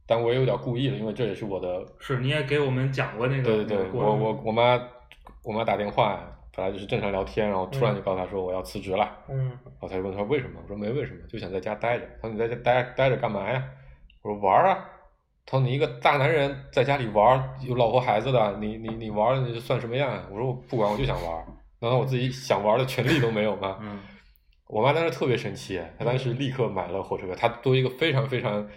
S5: 但我也有点故意了，因为这也是我的
S4: 是你也给我们讲过那个
S5: 对对
S4: 那个
S5: 对，
S4: 过
S5: 我
S3: 嗯
S4: 程
S5: 我我妈我妈打电话，本来就是正常聊天，然后突然就告诉她说我要辞职了，
S3: 嗯
S5: 然后她就问她为什么，我说没为什么，就想在家待着。她说你在家待待着干嘛呀？我说玩儿啊。她说你一个大男人在家里玩儿，有老婆孩子的，你你你玩儿你算什么样啊？我说我不管，我就想玩儿，难道我自己想玩儿的权利都没有吗？
S4: 嗯
S5: 我妈当时特别生气，她当时立刻买了火车票。她作为一个非常非常，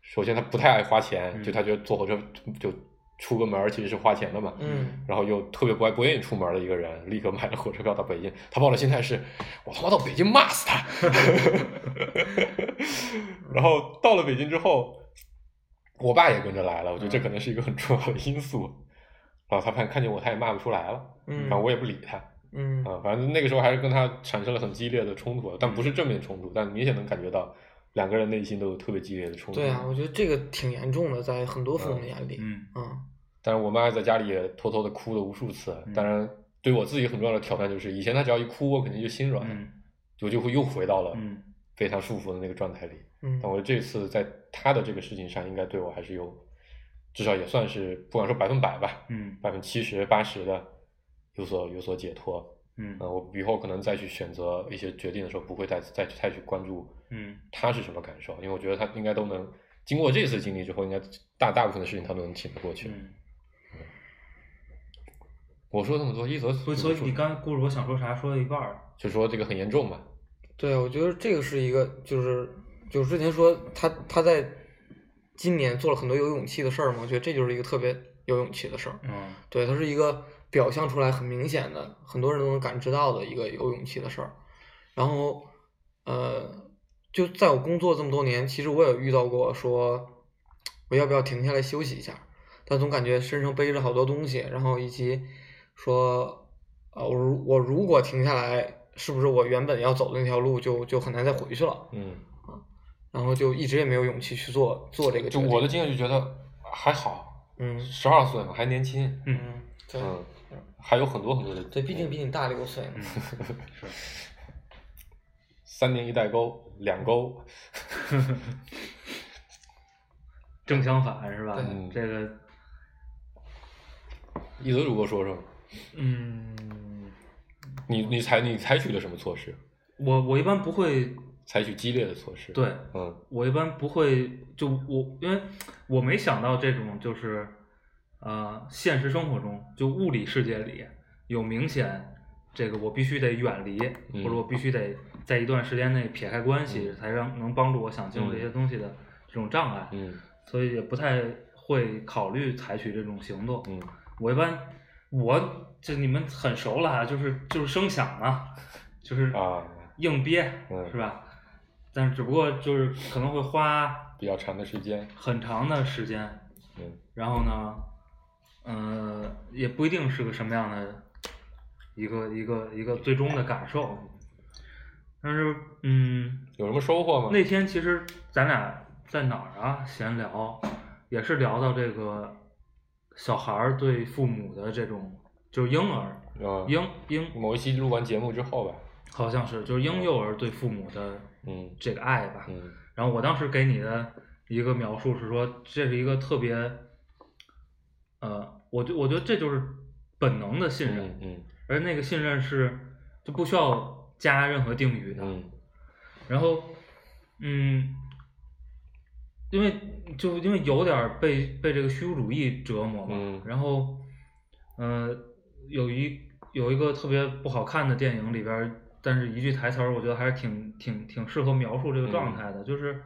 S5: 首先她不太爱花钱，
S4: 嗯
S5: 就她觉得坐火车就出个门儿其实是花钱的嘛。
S3: 嗯，
S5: 然后又特别不爱不愿意出门的一个人，立刻买了火车票到北京。他抱的心态是，我他妈到北京骂死他。 然后到了北京之后，我爸也跟着来了，我觉得
S3: 嗯
S5: 这可能是一个很重要的因素。然后他看看见我，他也骂不出来了，
S3: 嗯
S5: 反正我也不理他。
S3: 嗯
S5: 啊，反正那个时候还是跟他产生了很激烈的冲突，但不是正面冲突，但明显能感觉到两个人内心都有特别激烈的冲突。
S3: 对啊，我觉得这个挺严重的，在很多父母的眼里，
S4: 嗯
S3: 嗯
S5: 但是我妈在家里也偷偷的哭了无数次。
S4: 嗯
S5: 当然，对我自己很重要的挑战就是，以前她只要一哭，我肯定就心软，
S4: 嗯
S5: 我就会又回到了
S4: 嗯
S5: 非常束缚的那个状态里。
S3: 嗯
S5: 但我这次在她的这个事情上，应该对我还是有，至少也算是不敢说百分百吧，
S4: 嗯
S5: 百分之七十八十的有所有所解脱。
S4: 嗯
S5: 呃，我以后可能再去选择一些决定的时候，不会再再去太去关注
S4: 嗯
S5: 他是什么感受，因为我觉得他应该都能经过这次经历之后，应该大大部分的事情他都能挺得过去。
S4: 嗯。
S5: 我说那么多，一则
S4: 所以所以你刚才故事我想说啥说到一半儿了，
S5: 就说这个很严重嘛，
S3: 对，我觉得这个是一个，就是就是之前说他他在今年做了很多有勇气的事儿嘛，我觉得这就是一个特别有勇气的事儿。
S4: 嗯
S3: 对，它是一个表象出来很明显的，很多人都能感知到的一个有勇气的事儿。然后，呃，就在我工作这么多年，其实我也遇到过说，我要不要停下来休息一下？但总感觉身上背着好多东西，然后以及说，啊，我如我如果停下来，是不是我原本要走的那条路就就很难再回去了？
S5: 嗯，
S3: 然后就一直也没有勇气去做做这个
S5: 就
S3: 决
S5: 我
S3: 定
S5: 的经验就觉得还好，
S3: 嗯
S5: 十二岁嘛，还年轻，
S3: 嗯，对
S5: 嗯，还有很多很多的，
S3: 对，毕竟比你大六岁嘛。
S5: 三年一代沟，两沟，
S4: 正相反是吧？
S5: 对
S4: 这个
S5: 一则主播说说，
S4: 嗯，
S5: 你你采你采取的什么措施？
S4: 我我一般不会
S5: 采取激烈的措施？，
S4: 对
S5: 嗯
S4: 我一般不会就我，因为我没想到这种就是，呃，现实生活中就物理世界里有明显这个我必须得远离，
S5: 嗯
S4: 或者我必须得在一段时间内撇开关系，
S5: 嗯
S4: 才让能帮助我想清楚这些东西的这种障碍，
S5: 嗯
S4: 所以也不太会考虑采取这种行动。
S5: 嗯
S4: 我一般我就你们很熟了啊，就是就是声响嘛，就是
S5: 啊，
S4: 硬憋，
S5: 嗯
S4: 是吧？但是只不过就是可能会花
S5: 比较长的时间，
S4: 很长的时间，
S5: 嗯
S4: 然后呢，呃，也不一定是个什么样的一个一个一个最终的感受。但是，嗯，
S5: 有什么收获吗？
S4: 那天其实咱俩在哪儿啊闲聊，也是聊到这个小孩儿对父母的这种，就是婴儿
S5: 啊，
S4: 婴婴
S5: 某一期录完节目之后吧，
S4: 好像是就是婴幼儿对父母的
S5: 嗯
S4: 这个爱吧。
S5: 嗯
S4: 然后我当时给你的一个描述是说，这是一个特别，呃，我就我觉得这就是本能的信任，
S5: 嗯嗯
S4: 而那个信任是就不需要加任何定语的。
S5: 嗯
S4: 然后，嗯，因为就因为有点儿被被这个虚无主义折磨嘛，
S5: 嗯
S4: 然后，呃，有一有一个特别不好看的电影里边儿，但是一句台词儿，我觉得还是挺挺挺适合描述这个状
S5: 嗯
S4: 态的，就是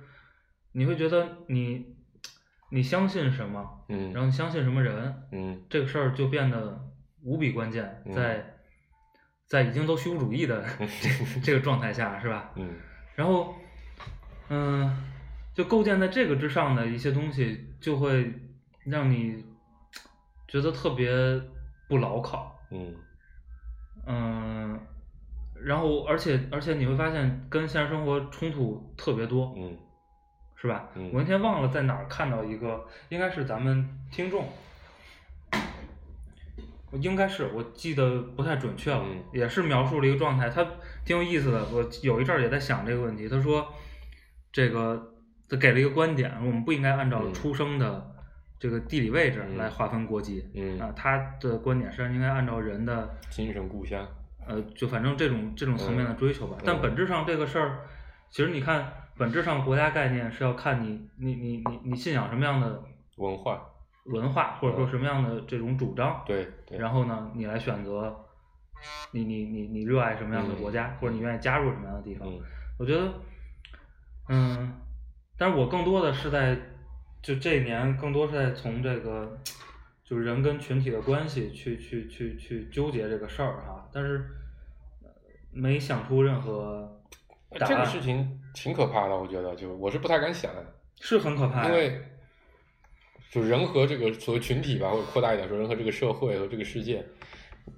S4: 你会觉得你你相信什么，
S5: 嗯，
S4: 然后你相信什么人，
S5: 嗯
S4: 这个事儿就变得无比关键，
S5: 嗯
S4: 在在已经都虚无主义 的 这这个状态下，是吧？
S5: 嗯
S4: 然后，嗯、就构建在这个之上的一些东西，就会让你觉得特别不牢靠。
S5: 嗯
S4: 嗯、然后而且而且你会发现跟现实生活冲突特别多，
S5: 嗯
S4: 是是吧？
S5: 嗯
S4: 我那天忘了在哪儿看到一个，应该是咱们听众，应该是我记得不太准确了，
S5: 嗯
S4: 也是描述了一个状态，他挺有意思的。我有一阵儿也在想这个问题，他说这个他给了一个观点，我们不应该按照
S5: 嗯
S4: 出生的这个地理位置
S5: 嗯
S4: 来划分国籍。
S5: 嗯
S4: 啊，他的观点是应该按照人的
S5: 精神故乡，
S4: 呃，就反正这种这种层面的追求吧。
S5: 嗯
S4: 但本质上这个事儿，其实你看，本质上国家概念是要看你你你你你信仰什么样的
S5: 文化，
S4: 文化，或者说
S5: 嗯
S4: 什么样的这种主张。。
S5: 对对，
S4: 然后呢，你来选择你你你你热爱什么样的国家，
S5: 嗯
S4: 或者你愿意加入什么样的地方。
S5: 嗯
S4: 我觉得，嗯，但是我更多的是在就这一年，更多是在从这个就是人跟群体的关系去去去去纠结这个事儿哈，但是呃没想出任何答
S5: 这个
S4: 案，
S5: 事情挺可怕的，我觉得就我是不太敢想的，
S4: 是很可怕的，
S5: 因为就人和这个所谓群体吧，或者扩大一点说，人和这个社会和这个世界，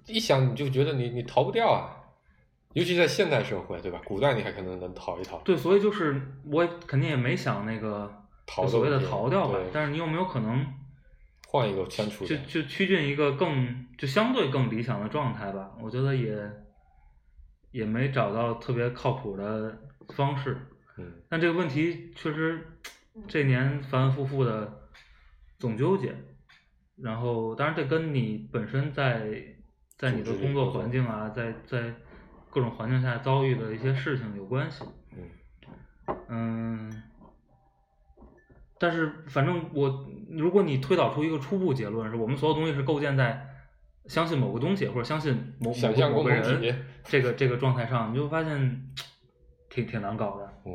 S5: 一想你就觉得你你逃不掉啊，尤其在现代社会，对吧？古代你还可能能逃一逃，
S4: 对，所以就是我肯定也没想那个
S5: 逃
S4: 就所谓
S5: 的
S4: 的
S5: 问题
S4: 逃掉吧
S5: 对，
S4: 但是你有没有可能？
S5: 换一个相处
S4: 就
S5: 的，
S4: 就趋近一个更就相对更理想的状态吧。我觉得也也没找到特别靠谱的方式，
S5: 嗯
S4: 但这个问题确实这年反反复复的总纠结。然后，当然这跟你本身在在你的
S5: 组织
S4: 工作
S5: 工作
S4: 环境啊，在在各种环境下遭遇的一些事情有关系。
S5: 嗯
S4: 嗯，但是反正我，如果你推导出一个初步结论，是我们所有东西是构建在相信某个东西或者相信某某
S5: 想
S4: 个
S5: 象
S4: 某
S5: 共
S4: 个
S5: 同体
S4: 人这个这个状态上，你就发现挺挺难搞的。
S5: 嗯，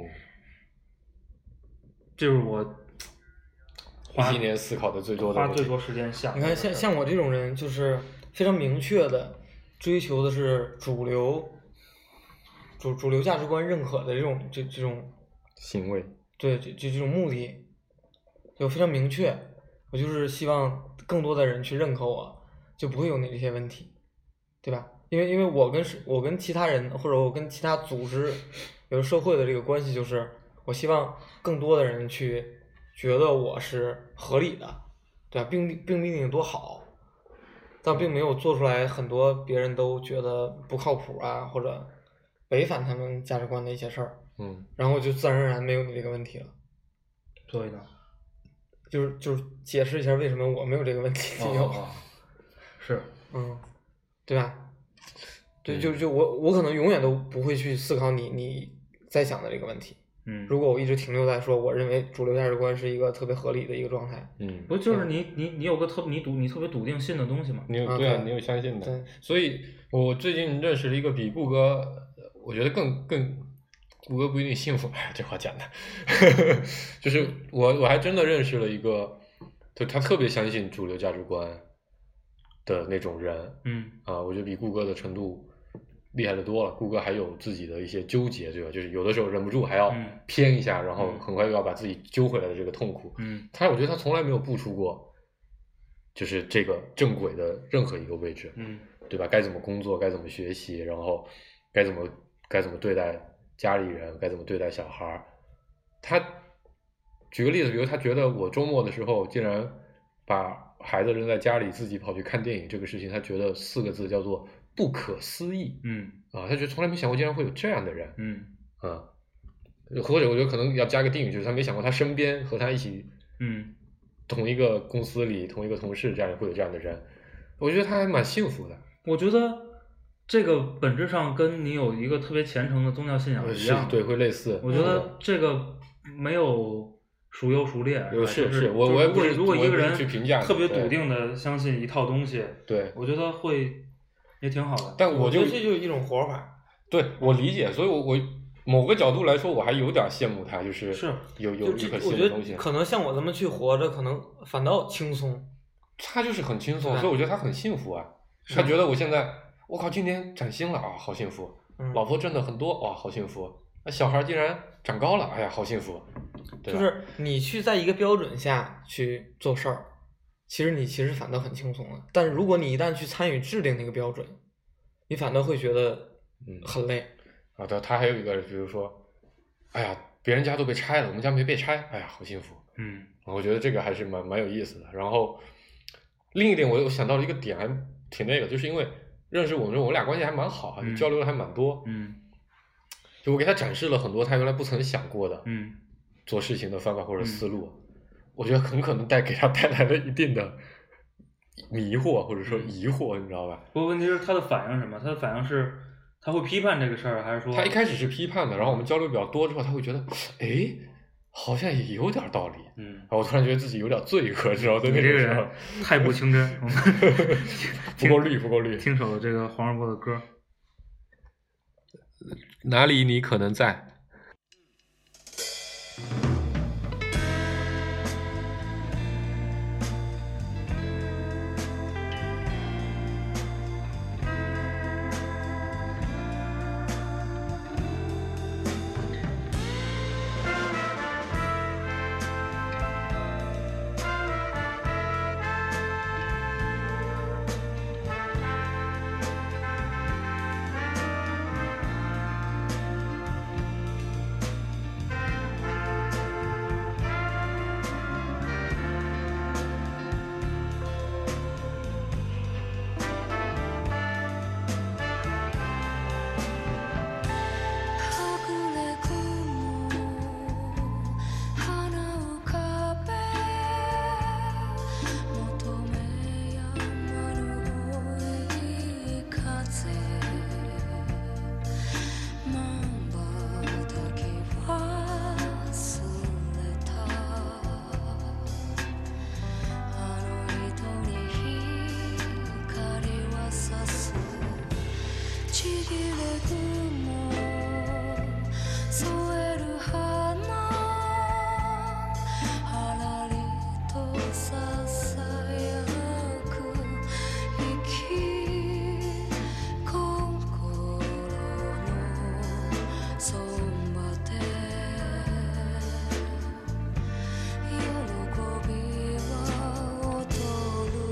S4: 这是我花
S5: 一年思考的最多的
S4: 花
S5: 问题
S4: 最多时间想
S3: 你
S4: 这个
S3: 看，
S4: 事儿。
S3: 像像我这种人，就是非常明确的追求的是主流、主主流价值观认可的这种这这种
S5: 行为，
S3: 对这这这种目的，就非常明确。我就是希望更多的人去认可我，就不会有你这些问题，对吧？因为因为我跟是我跟其他人或者我跟其他组织，比如社会的这个关系，就是我希望更多的人去觉得我是合理的，对吧？并不并不一定有多好，但并没有做出来很多别人都觉得不靠谱啊，或者违反他们价值观的一些事儿。
S5: 嗯
S3: 然后就自然而然没有你这个问题了。
S4: 所以呢，
S3: 就是就是解释一下为什么我没有这个问题，你有，
S4: 哦是
S3: 嗯，对吧？对，就
S5: 嗯
S3: 就我我可能永远都不会去思考你你在想的这个问题。
S4: 嗯，
S3: 如果我一直停留在说我认为主流价值观是一个特别合理的一个状态，
S5: 嗯，
S4: 不就是你你你有个特你笃你特别笃定信的东西吗？
S5: 你有
S3: 啊
S5: 对啊，
S3: 对
S5: 你有相信的
S3: 对，
S5: 所以我最近认识了一个比谷歌，呃我觉得更更谷歌不一定幸福，哎，这话讲的， 就是我我还真的认识了一个，就他特别相信主流价值观的那种人
S4: 嗯
S5: 啊，我觉得比谷歌的程度厉害的多了。谷歌还有自己的一些纠结，对吧？就是有的时候忍不住还要
S4: 嗯
S5: 偏一下，然后
S4: 嗯
S5: 很快又要把自己揪回来的这个痛苦，
S4: 嗯
S5: 他我觉得他从来没有步出过，就是这个正轨的任何一个位置，
S4: 嗯
S5: 对吧？该怎么工作，该怎么学习，然后该怎么该怎么对待家里人，该怎么对待小孩儿。他举个例子，比如他觉得我周末的时候竟然把孩子扔在家里，自己跑去看电影这个事情，他觉得四个字叫做不可思议
S4: 嗯
S5: 啊！他觉得从来没想过竟然会有这样的人，
S4: 嗯
S5: 啊，或者我觉得可能要加个定语，就是他没想过他身边和他一起
S4: 嗯
S5: 同一个公司里、同一个同事这样会有这样的人，我觉得他还蛮幸福的。
S4: 我觉得这个本质上跟你有一个特别虔诚的宗教信仰是一
S5: 呃是
S4: 样，的。
S5: 对，会类似。嗯
S4: 我觉得这个没有孰优孰劣，
S5: 有
S4: 吧
S5: 是
S4: 就是
S5: 我
S4: 就
S5: 我也
S4: 如果
S5: 不是
S4: 如果
S5: 我也
S4: 一个
S5: 不是
S4: 人
S5: 去评价
S4: 特别
S5: 对
S4: 笃定的相信一套东西，
S5: 对，
S4: 我觉得会也挺好的。
S5: 但我
S3: 觉
S5: 就
S3: 得这就是一种活法。
S5: 对我理解，所以我我某个角度来说，我还有点羡慕他，就是
S4: 是
S5: 有有
S3: 就
S5: 一
S3: 这
S5: 颗，
S3: 我
S5: 新
S3: 觉
S5: 的东西
S3: 得，可能像我这么去活着，可能反倒轻松。
S5: 他就是很轻松，
S3: 对
S5: 所以我觉得他很幸福啊。
S3: 哎是
S5: 他觉得我现在我靠，今天涨薪了啊，好幸福。
S3: 嗯，
S5: 老婆挣的很多哇，好幸福。那小孩竟然长高了，哎呀，好幸福。对
S3: 就
S5: 吧
S3: 是你去在一个标准下去做事儿，其实你其实反倒很轻松了。但是如果你一旦去参与制定那个标准，你反倒会觉得
S5: 嗯
S3: 很累。
S5: 啊，对，他还有一个，比如说，哎呀，别人家都被拆了，我们家没被拆，哎呀，好幸福。
S4: 嗯
S5: 我觉得这个还是蛮蛮有意思的。然后另一点，我我想到了一个点，还挺那个，就是因为认识我们之后，我俩关系还蛮好，啊就
S4: 嗯
S5: 交流的还蛮多。
S4: 嗯
S5: 就我给他展示了很多他原来不曾想过的
S4: 嗯
S5: 做事情的方法或者思路，我觉得很可能带给他带来了一定的迷惑或者说疑惑，你知道吧？
S4: 不过问题是他的反应是什么？他的反应是他会批判这个事儿，还是说
S5: 他一开始是批判的，然后我们交流比较多之后，他会觉得，哎，好像也有点道理。
S4: 嗯
S5: 然，后我突然觉得自己有点罪恶，知道吗？对
S4: 你
S5: 那
S4: 这
S5: 个
S4: 个
S5: 时候
S4: 人，太不清真，我们
S5: 不够绿，不够绿。
S4: 听首这个黄二波的歌。
S5: 哪里你可能在？
S7: 「はぐれ雲花浮かべ」「求めやまぬいい風」「まんばたき忘れた」「あの人に光はさす」ちぎれ雲添える花はらりとささやく息心のそばで喜びは踊る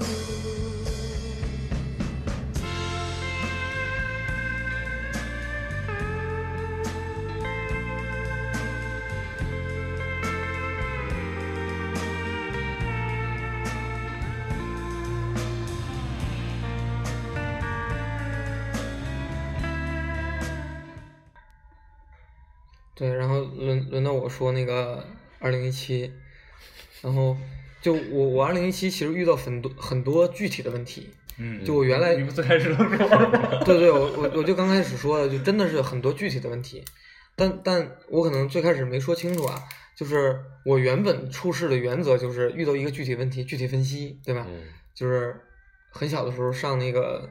S3: 对，然后轮轮到我说那个二零一七，然后就我我二零一七其实遇到很多很多具体的问题，
S4: 嗯，
S3: 就我原来
S4: 你不最开始的时候吗？
S3: 对对，我我我就刚开始说的，就真的是很多具体的问题，但但我可能最开始没说清楚啊，就是我原本处事的原则就是遇到一个具体问题具体分析，对吧？
S5: 嗯
S3: 就是很小的时候上那个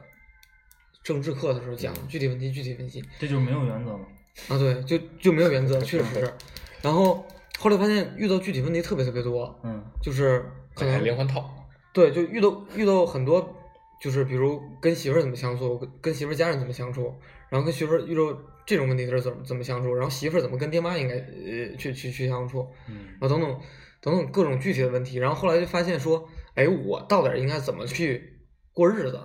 S3: 政治课的时候讲具体问题具体分析，
S4: 这就没有原则吗？
S3: 啊，对，就就没有原则，确实是。然后后来发现遇到具体问题特别特别多，
S4: 嗯
S3: 就是可
S5: 还连
S3: 能
S5: 环套，
S3: 对，就遇到遇到很多，就是比如跟媳妇儿怎么相处，跟跟媳妇儿家人怎么相处，然后跟媳妇儿遇到这种问题的时候怎么怎么相处，然后媳妇儿怎么跟爹妈应该呃去去去相处，
S4: 嗯
S3: 然后等等等等各种具体的问题。然后后来就发现说，哎，我到底应该怎么去过日子？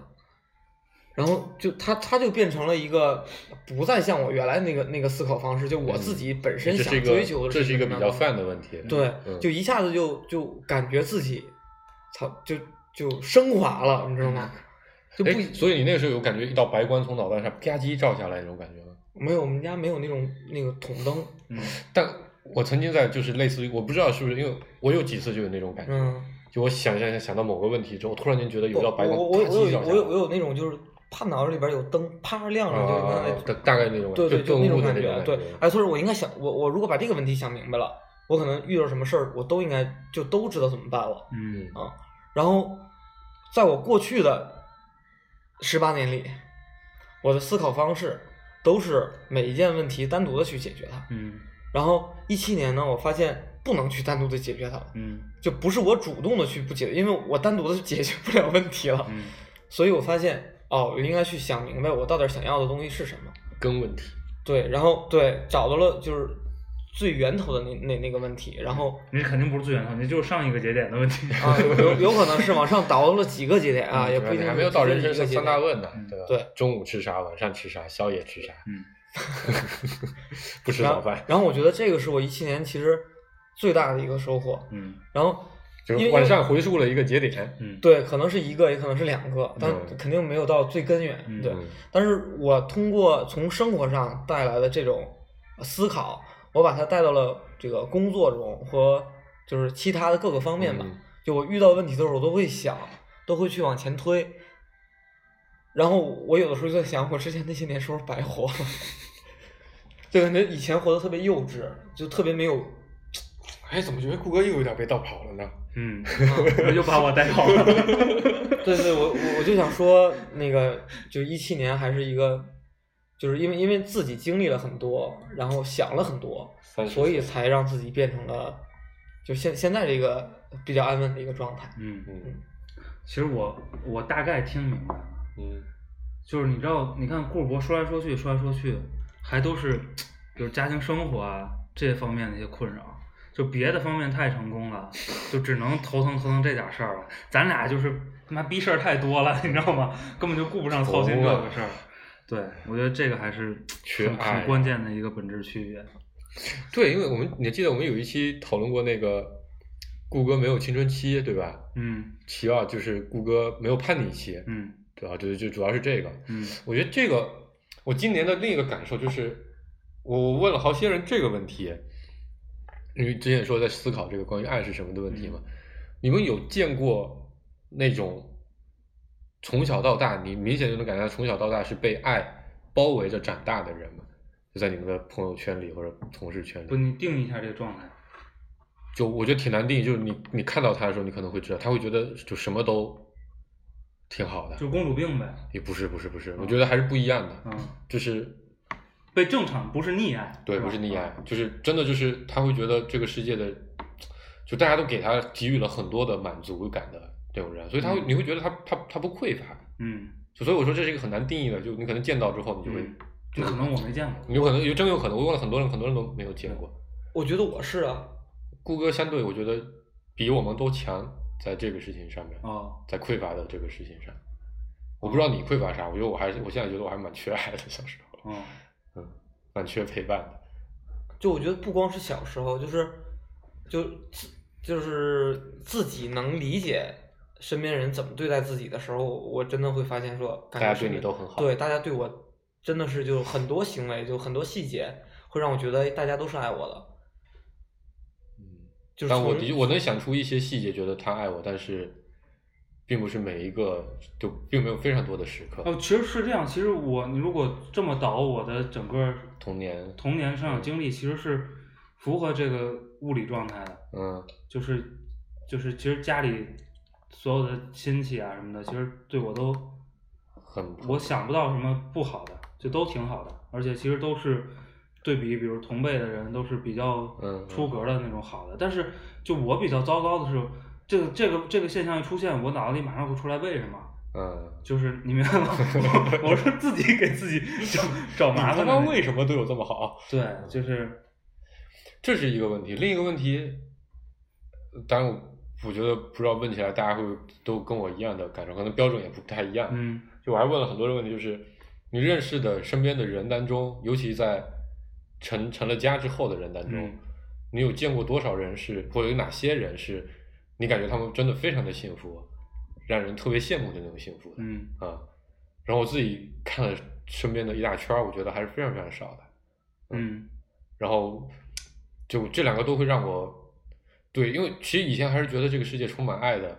S3: 然后就他他就变成了一个不再像我原来那个那个思考方式，就我自己本身
S5: 嗯这是
S3: 想
S5: 一个
S3: 追求的
S5: 这是一个比较
S3: 泛
S5: 泛的问题。
S3: 对，
S5: 嗯
S3: 就一下子就就感觉自己，操，就就升华了，你知道吗？就不
S5: 哎，所以你那个时候有感觉一道白光从脑袋上啪叽照下来那种感觉吗？
S3: 没有我们家没有那种那个筒灯，
S4: 嗯
S5: 但我曾经在就是类似于，我不知道是不是因为我有几次就有那种感觉，
S3: 嗯，
S5: 就我想想想想到某个问题之后，突然间觉得有一道白光
S3: 我
S5: 啪
S3: 我我我有
S5: 叽照下
S3: 我有我
S5: 来。
S3: 有那种就是怕脑子里边有灯啪亮着，就
S5: 啊
S3: 那种，
S5: 大大概那种感觉
S3: 对对，
S5: 就
S3: 就
S5: 顿
S3: 那
S5: 悟
S3: 种
S5: 的
S3: 感
S5: 种
S3: 觉。
S5: 感
S3: 对，哎，所以我应该想，我我如果把这个问题想明白了，我可能遇到什么事儿，我都应该就都知道怎么办了。
S4: 嗯
S3: 然后，在我过去的十八年里，我的思考方式都是每一件问题单独的去解决它。
S4: 嗯
S3: 然后一七年呢，我发现不能去单独的解决它了，
S4: 嗯
S3: 就不是我主动的去不解决，因为我单独的解决不了问题了。
S4: 嗯
S3: 所以我发现，哦，我应该去想明白我到底想要的东西是什么。
S5: 根问题。
S3: 对，然后对找到了就是最源头的那那那个问题，然后
S4: 你肯定不是最源头，你就是上一个节点的问题。
S3: 啊
S4: 嗯
S3: 有有可能是往上倒了几个节点啊，也不一
S5: 嗯你
S3: 定
S5: 还
S3: 是
S5: 没有到
S3: 直
S5: 人
S3: 接
S5: 生
S3: 一个
S5: 三
S3: 节
S5: 三大
S3: 点
S5: 问呢，对吧？
S3: 对
S5: 中午吃啥，晚上吃啥，宵夜吃啥，
S4: 嗯
S5: 不吃
S3: 然
S5: 早
S3: 后
S5: 饭，
S3: 然后我觉得这个是我一七年其实最大的一个收获。
S4: 嗯
S3: 然后
S5: 就
S3: 因
S5: 是
S3: 为
S5: 晚上回溯了一个节点。
S4: 嗯，
S3: 对，可能是一个，也可能是两个，但
S5: 嗯
S3: 肯定没有到最根源。
S4: 嗯
S3: 对，
S5: 嗯
S3: 但是我通过从生活上带来的这种思考，我把它带到了这个工作中和就是其他的各个方面吧。
S5: 嗯
S3: 就我遇到问题的时候，我都会想，都会去往前推。然后我有的时候就在想，我之前那些年是不是白活了？ 就感觉以前活得特别幼稚，就特别没有
S5: 哎，怎么觉得顾哥又有点被盗跑了呢？
S4: 嗯，又把我带跑了。
S3: 对对，我我我就想说，那个就是一七年还是一个，就是因为因为自己经历了很多，然后想了很多，
S5: 三十
S3: 所以才让自己变成了就现现在这个比较安稳的一个状态。
S4: 嗯，
S5: 嗯
S4: 其实我我大概听明白了，
S5: 嗯
S4: 就是你知道，你看顾博说来说去，说来说去，还都是比如家庭生活啊这些方面的一些困扰。就别的方面太成功了，就只能头疼头疼这点事儿了。咱俩就是他妈逼事儿太多了，你知道吗？根本就顾不上操心这个事儿。 对，我觉得这个还是
S5: 啊缺
S4: 很
S5: 爱啊
S4: 很关键的一个本质区别。
S5: 对，因为我们你还记得我们有一期讨论过那个顾哥没有青春期，对吧？
S4: 嗯
S5: 其二就是顾哥没有叛逆期，
S4: 嗯
S5: 对吧？就就主要是这个。
S4: 嗯
S5: 我觉得这个，我今年的另一个感受就是，我问了好些人这个问题，因为之前也说在思考这个关于爱是什么的问题
S4: 嗯
S5: 嘛。你们有见过那种从小到大，你明显就能感觉到从小到大是被爱包围着长大的人吗？就在你们的朋友圈里或者同事圈
S4: 不，
S5: 里，
S4: 你定义一下这个状态。
S5: 就我觉得挺难定义。就是你你看到他的时候，你可能会知道，他会觉得就什么都挺好的。
S4: 就啊公主病呗，
S5: 也不是不是不是，我觉得还是不一样的，
S4: 嗯，
S5: 就是
S4: 被正常不是溺爱，
S5: 对，
S4: 吧
S5: 不是溺爱，，就是真的就是他会觉得这个世界的，就大家都给他给予了很多的满足感的这种人，所以他会、
S4: 嗯
S5: 你会觉得他他他不匮乏，
S4: 嗯，
S5: 就所以我说这是一个很难定义的，就你可能见到之后你就会，
S4: 嗯就可能我没见过，
S5: 你有可能有真有可能，我问了很多人，很多人都没有见过。
S3: 我觉得我是啊，
S5: 顾哥相对我觉得比我们都强，在这个事情上面，
S4: 哦，
S5: 在匮乏的这个事情上，我不知道你匮乏啥，我觉得我还是我现在觉得我还蛮缺爱的，小时候，
S4: 哦，
S5: 嗯，蛮缺陪伴的，
S3: 就我觉得不光是小时候，就是就自就是自己能理解身边人怎么对待自己的时候，我真的会发现说，
S5: 大
S3: 感觉
S5: 家
S3: 身
S5: 对你
S3: 边
S5: 都很好，
S3: 对，大家对我真的是就很多行为，就很多细节，会让我觉得大家都是爱我的。
S5: 嗯。
S3: 就是
S5: 但我
S3: 从
S5: 的确我能想出一些细节，觉得他爱我，但是并不是每一个就并没有非常多的时刻。
S4: 哦，其实是这样，其实我你如果这么倒，我的整个
S5: 童年，
S4: 童年成长经历其实是符合这个物理状态的，
S5: 嗯
S4: 就是就是其实家里所有的亲戚啊什么的，其实对我都
S5: 很
S4: 我想不到什么不好的，就都挺好的，而且其实都是对比，比如同辈的人都是比较
S5: 嗯嗯
S4: 出格的那种好的。但是就我比较糟糕的是，这个这个这个现象一出现，我脑子里马上会出来为什么，
S5: 嗯，
S4: 就是你明白吗？ 我我是自己给自己 找找麻
S5: 嗯他
S4: 烦啊
S5: 妈
S4: 的。
S5: 为什么对我这么好？
S4: 对，就是
S5: 这是一个问题，另一个问题，当然我我觉得不知道问起来大家会都跟我一样的感受，可能标准也不太一样。
S4: 嗯
S5: 就我还问了很多的问题，就是你认识的身边的人当中，尤其在成成了家之后的人当中，
S4: 嗯
S5: 你有见过多少人是，或者有哪些人是，你感觉他们真的非常的幸福，让人特别羡慕的那种幸福的、
S4: 嗯
S5: 啊？然后我自己看了身边的一大圈儿，我觉得还是非常非常少的。
S4: 嗯
S5: 然后就这两个都会让我对，因为其实以前还是觉得这个世界充满爱的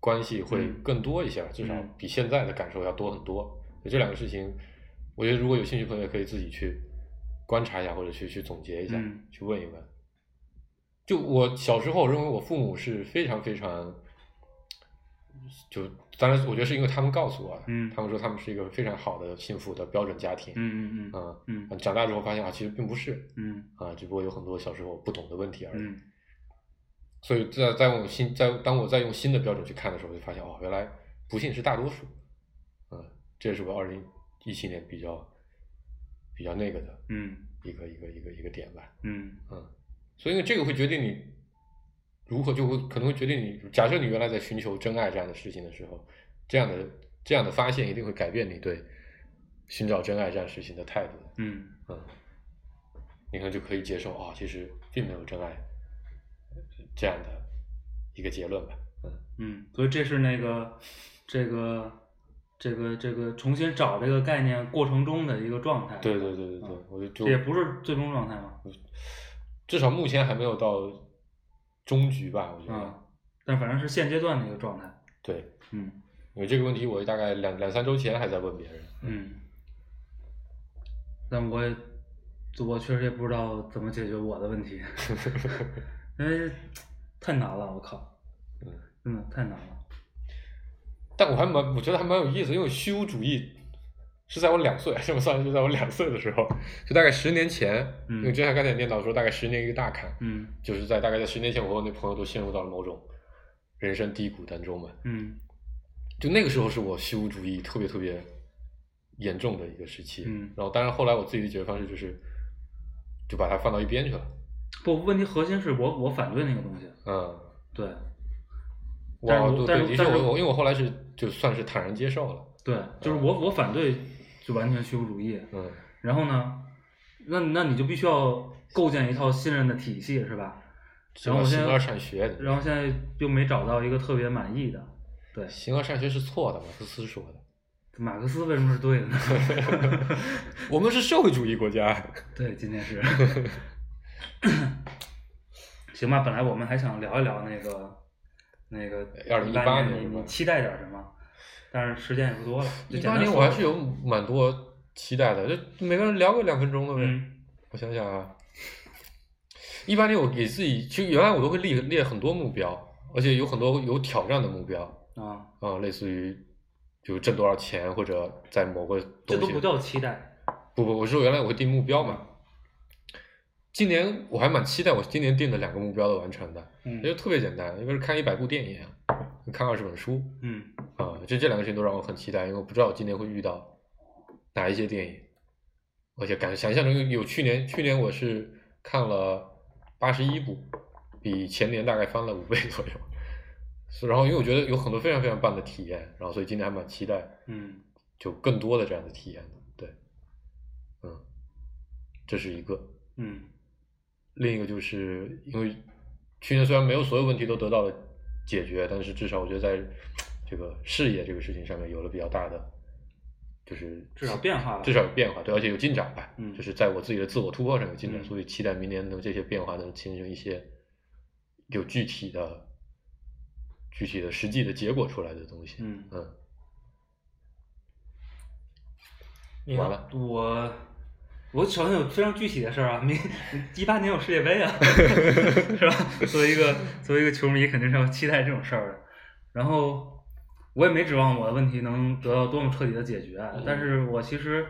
S5: 关系会
S4: 嗯
S5: 更多一些，至少
S4: 嗯
S5: 比现在的感受要多很多。所以这两个事情，我觉得如果有兴趣的朋友也可以自己去观察一下，或者去去总结一下，
S4: 嗯
S5: 去问一问。就我小时候，我认为我父母是非常非常，就当然我觉得是因为他们告诉我的，
S4: 嗯
S5: 他们说他们是一个非常好的、幸福的标准家庭，
S4: 嗯嗯嗯
S5: 啊、
S4: 嗯
S5: 长大之后发现啊，其实并不是，
S4: 嗯
S5: 啊，只不过有很多小时候不懂的问题而已。
S4: 嗯
S5: 所以在在我新在当我在用新的标准去看的时候，就发现哦，原来不幸是大多数。嗯，这也是我二零一七年比较比较那个的
S4: 嗯
S5: 一个一个一个一个点吧。
S4: 嗯
S5: 嗯，所以呢，这个会决定你如何就会可能会决定你，假设你原来在寻求真爱这样的事情的时候，这样的这样的发现一定会改变你对寻找真爱这样事情的态度的。
S4: 嗯
S5: 嗯，你可能就可以接受啊、其实并没有真爱这样的一个结论吧。
S4: 嗯，所以这是那个这个这个这个重新找这个概念过程中的一个状态。
S5: 对对对对对，
S4: 嗯
S5: 我就就
S4: 这也不是最终状态嘛。
S5: 至少目前还没有到终局吧，我觉得。
S4: 嗯，但反正是现阶段的一个状态。
S5: 对，
S4: 嗯
S5: 因为这个问题我大概两两三周前还在问别人。
S4: 嗯，但我也我确实也不知道怎么解决我的问 题，因为太难了，我靠，
S5: 嗯
S4: 真的太难了。
S5: 但我还蛮，我觉得还蛮有意思，因为虚无主义是在我两岁，这么算就在我两岁的时候，就大概十年前，
S4: 嗯
S5: 因为之前刚才也念到说，大概十年一个大坎，
S4: 嗯
S5: 就是在大概在十年前，我和我那朋友都陷入到了某种人生低谷当中嘛。
S4: 嗯
S5: 就那个时候是我虚无主义特别特别严重的一个时期，
S4: 嗯
S5: 然后当然后来我自己的解决方式就是就把它放到一边去了，
S4: 不，问题核心是我我反对那个东西，
S5: 嗯。
S4: 对
S5: 我
S4: 但是我
S5: 对
S4: 但是
S5: 对，的确
S4: 但是
S5: 我我因为我后来是就算是坦然接受了，
S4: 对，就是我我反对就完全虚无主义，
S5: 嗯，
S4: 然后呢，那那你就必须要构建一套信任的体系，是吧？然后我现
S5: 形而
S4: 在，
S5: 上学，
S4: 然后现在又没找到一个特别满意的，对，
S5: 形而上学是错的，马克思说 的。
S4: 马克思为什么是对的呢？
S5: 我们是社会主义国家，
S4: 对，今天 是。行吧，本来我们还想聊一聊那个那个
S5: 2018
S4: 来
S5: 年是
S4: 你
S5: 吧
S4: 你期待点什么？但是时间也不多了，就
S5: 一
S4: 简
S5: 八
S4: 单
S5: 年
S4: 说
S5: 我还是有蛮多期待的，就每个人聊个两分钟的呗。
S4: 嗯
S5: 我想想啊，一八年我给自己，其实原来我都会列列很多目标，而且有很多有挑战的目标
S4: 啊，
S5: 啊、类似于就挣多少钱或者在某个
S4: 这
S5: 东
S4: 都
S5: 西
S4: 不叫期待。
S5: 不不，我是说原来我会定目标嘛。今年我还蛮期待我今年定的两个目标的完成的，
S4: 嗯
S5: 也就特别简单，一个是看一百部电影，啊看二十本书
S4: 嗯
S5: 啊、就这两个事情都让我很期待，因为我不知道我今年会遇到哪一些电影，而且感想象中有去年，去年我是看了八十一部，比前年大概翻了五倍左右。是然后因为我觉得有很多非常非常棒的体验，然后所以今年还蛮期待，
S4: 嗯
S5: 就更多的这样的体验的。对，嗯，这是一个。
S4: 嗯
S5: 另一个就是因为去年虽然没有所有问题都得到了解决，但是至少我觉得在这个事业这个事情上面有了比较大的，就是
S4: 至少变化了
S5: 至少有变化，对，而且有进展吧。
S4: 嗯
S5: 就是在我自己的自我突破上有进展，
S4: 嗯
S5: 所以期待明年能这些变化能形成一些有具体的、具体的实际的结果出来的东西。
S4: 嗯
S5: 嗯，
S4: 你
S5: 完了
S4: 我我手上有非常具体的事儿啊，明一八年有世界杯 啊，是吧？作为一个作为一个球迷，肯定是要期待这种事儿的。然后我也没指望我的问题能得到多么彻底的解决
S5: 嗯
S4: 啊，但是我其实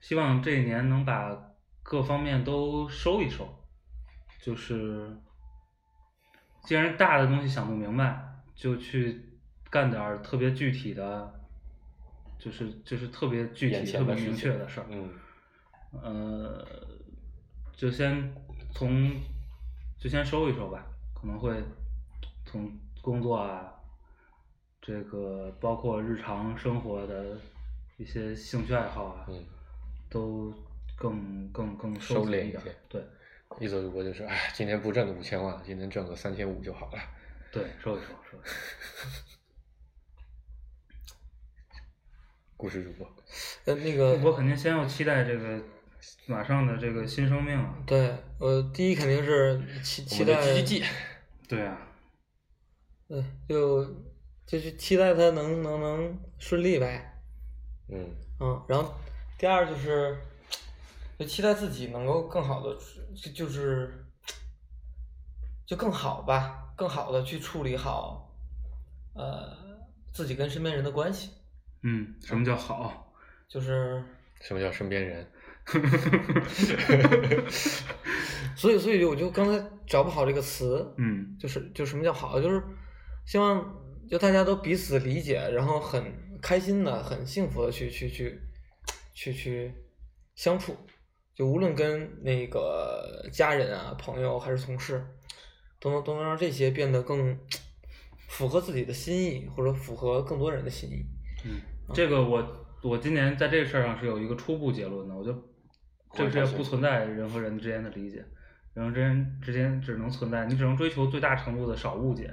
S4: 希望这一年能把各方面都收一收，就是既然大的东西想不明白，就去干点儿特别具体的。就是就是特别具
S5: 眼
S4: 体、
S5: 前
S4: 特别
S5: 的事
S4: 明
S5: 情
S4: 确的事儿，
S5: 嗯
S4: 呃，就先从就先收一收吧，可能会从工作啊，这个包括日常生活的一些兴趣爱好啊，
S5: 嗯，
S4: 都更更更
S5: 收
S4: 紧
S5: 敛一
S4: 点
S5: 些
S4: 儿。对
S5: 一走一波就是，哎，今年不挣五千万，今年挣个三千五就好了。
S4: 对，收一收收一收。
S5: 故事主播，
S3: 呃，那个
S4: 我
S5: 嗯
S4: 肯定先要期待这个马上的这个新生命啊。
S3: 对，呃，第一肯定是期期待，
S5: 积极，
S4: 对啊，
S3: 嗯、就就是期待他能能能顺利呗，
S5: 嗯
S3: 嗯，然后第二就是，就期待自己能够更好的，就就是就更好吧，更好的去处理好，呃，自己跟身边人的关系，
S4: 嗯，什么叫好？
S3: 就是，
S5: 什么叫身边人？
S3: 所以所以我就刚才找不好这个词，
S4: 嗯
S3: 就是就什么叫好，就是希望就大家都彼此理解，然后很开心的、很幸福的去去去去去相处，就无论跟那个家人啊、朋友还是同事，都能都能让这些变得更符合自己的心意，或者符合更多人的心意。
S4: 嗯，这个我我今年在这个事儿上是有一个初步结论的，我就这个世界不存在人和人之间的理解，人和人之间只能存在，你只能追求最大程度的少误解。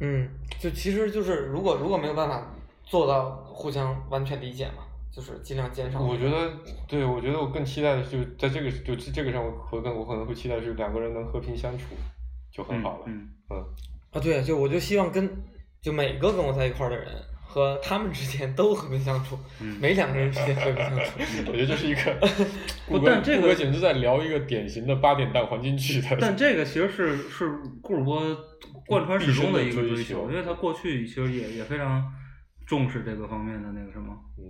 S3: 嗯，就其实就是如果如果没有办法做到互相完全理解嘛，就是尽量减少。
S5: 我觉得，对我觉得我更期待的是，就在这个就这这个上，我会更我可能会期待是两个人能和平相处，就很好了。
S4: 嗯，
S5: 嗯
S3: 啊，对，就我就希望跟就每个跟我在一块儿的人和他们之间都和平相处，
S4: 嗯
S3: 每两个人之间和平相处。
S5: 我觉得这是一个
S4: 不
S5: 顾哥，
S4: 但这个
S5: 顾哥简直在聊一个典型的八点档黄金剧的。
S4: 但这个其实是是顾主播贯穿始终的一个追
S5: 毕生的追求
S4: 求，因为他过去其实也也非常重视这个方面的那个什么。
S5: 嗯，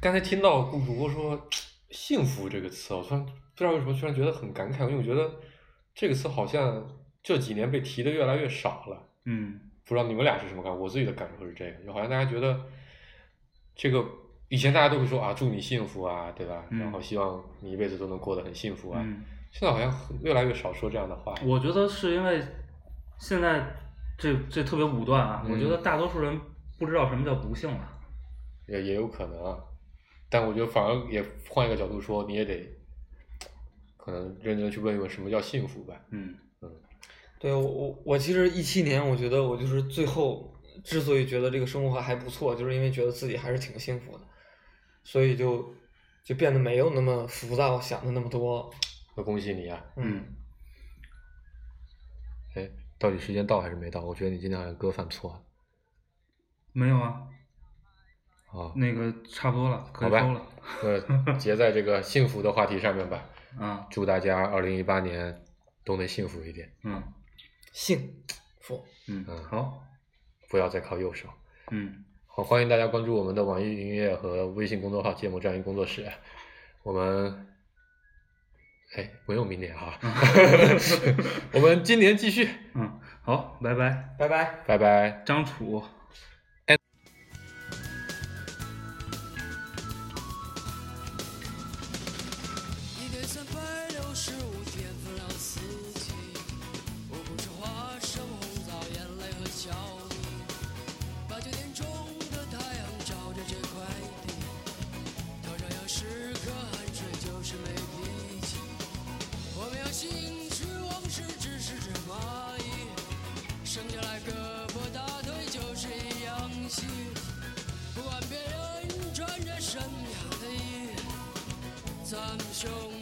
S5: 刚才听到顾主播说“幸福”这个词，我突然不知道为什么突然觉得很感慨，因为我觉得这个词好像这几年被提的越来越少了。
S4: 嗯
S5: 不知道你们俩是什么感受？我自己的感受是这个，就好像大家觉得这个以前大家都会说啊，祝你幸福啊，对吧？
S4: 嗯
S5: 然后希望你一辈子都能过得很幸福啊。
S4: 嗯，
S5: 现在好像很越来越少说这样的话。
S4: 我觉得是因为现在这这特别武断啊，
S5: 嗯
S4: 我觉得大多数人不知道什么叫不幸了、
S5: 也也有可能啊，但我觉得反而也换一个角度说，你也得可能认真地去问一问什么叫幸福吧。
S4: 嗯
S3: 对我我我其实一七年，我觉得我就是最后之所以觉得这个生活还不错，就是因为觉得自己还是挺幸福的，所以就就变得没有那么浮躁，想的那么多。
S5: 那恭喜你啊！
S3: 嗯，
S5: 哎，到底时间到还是没到？我觉得你今天好像歌犯错了
S4: 没有啊，
S5: 啊。
S4: 那个差不多了，可以
S5: 好吧
S4: 收了
S5: 那结在这个幸福的话题上面吧。
S4: 啊。
S5: 祝大家二零一八年都能幸福一点，
S4: 嗯
S3: 幸福。
S4: 嗯
S5: 嗯，
S4: 好，
S5: 不要再靠右手。
S4: 嗯，
S5: 好，欢迎大家关注我们的网易云音乐和微信公众号“芥末战云工作室”。我们，哎，没有明年哈， 我们今年继续，
S4: 嗯，好，拜拜，
S3: 拜拜。
S5: 拜拜。
S4: 张楚。
S7: 一天三百六十五天，分了四季。我不是花生红枣，眼泪和笑意。八九点钟的太阳照着这块地，头上有十颗汗水，就是没脾气。我没有心驰往事，只是只蚂蚁。生下来胳膊大腿就是一样细，不管别人穿着什么样的衣。咱们兄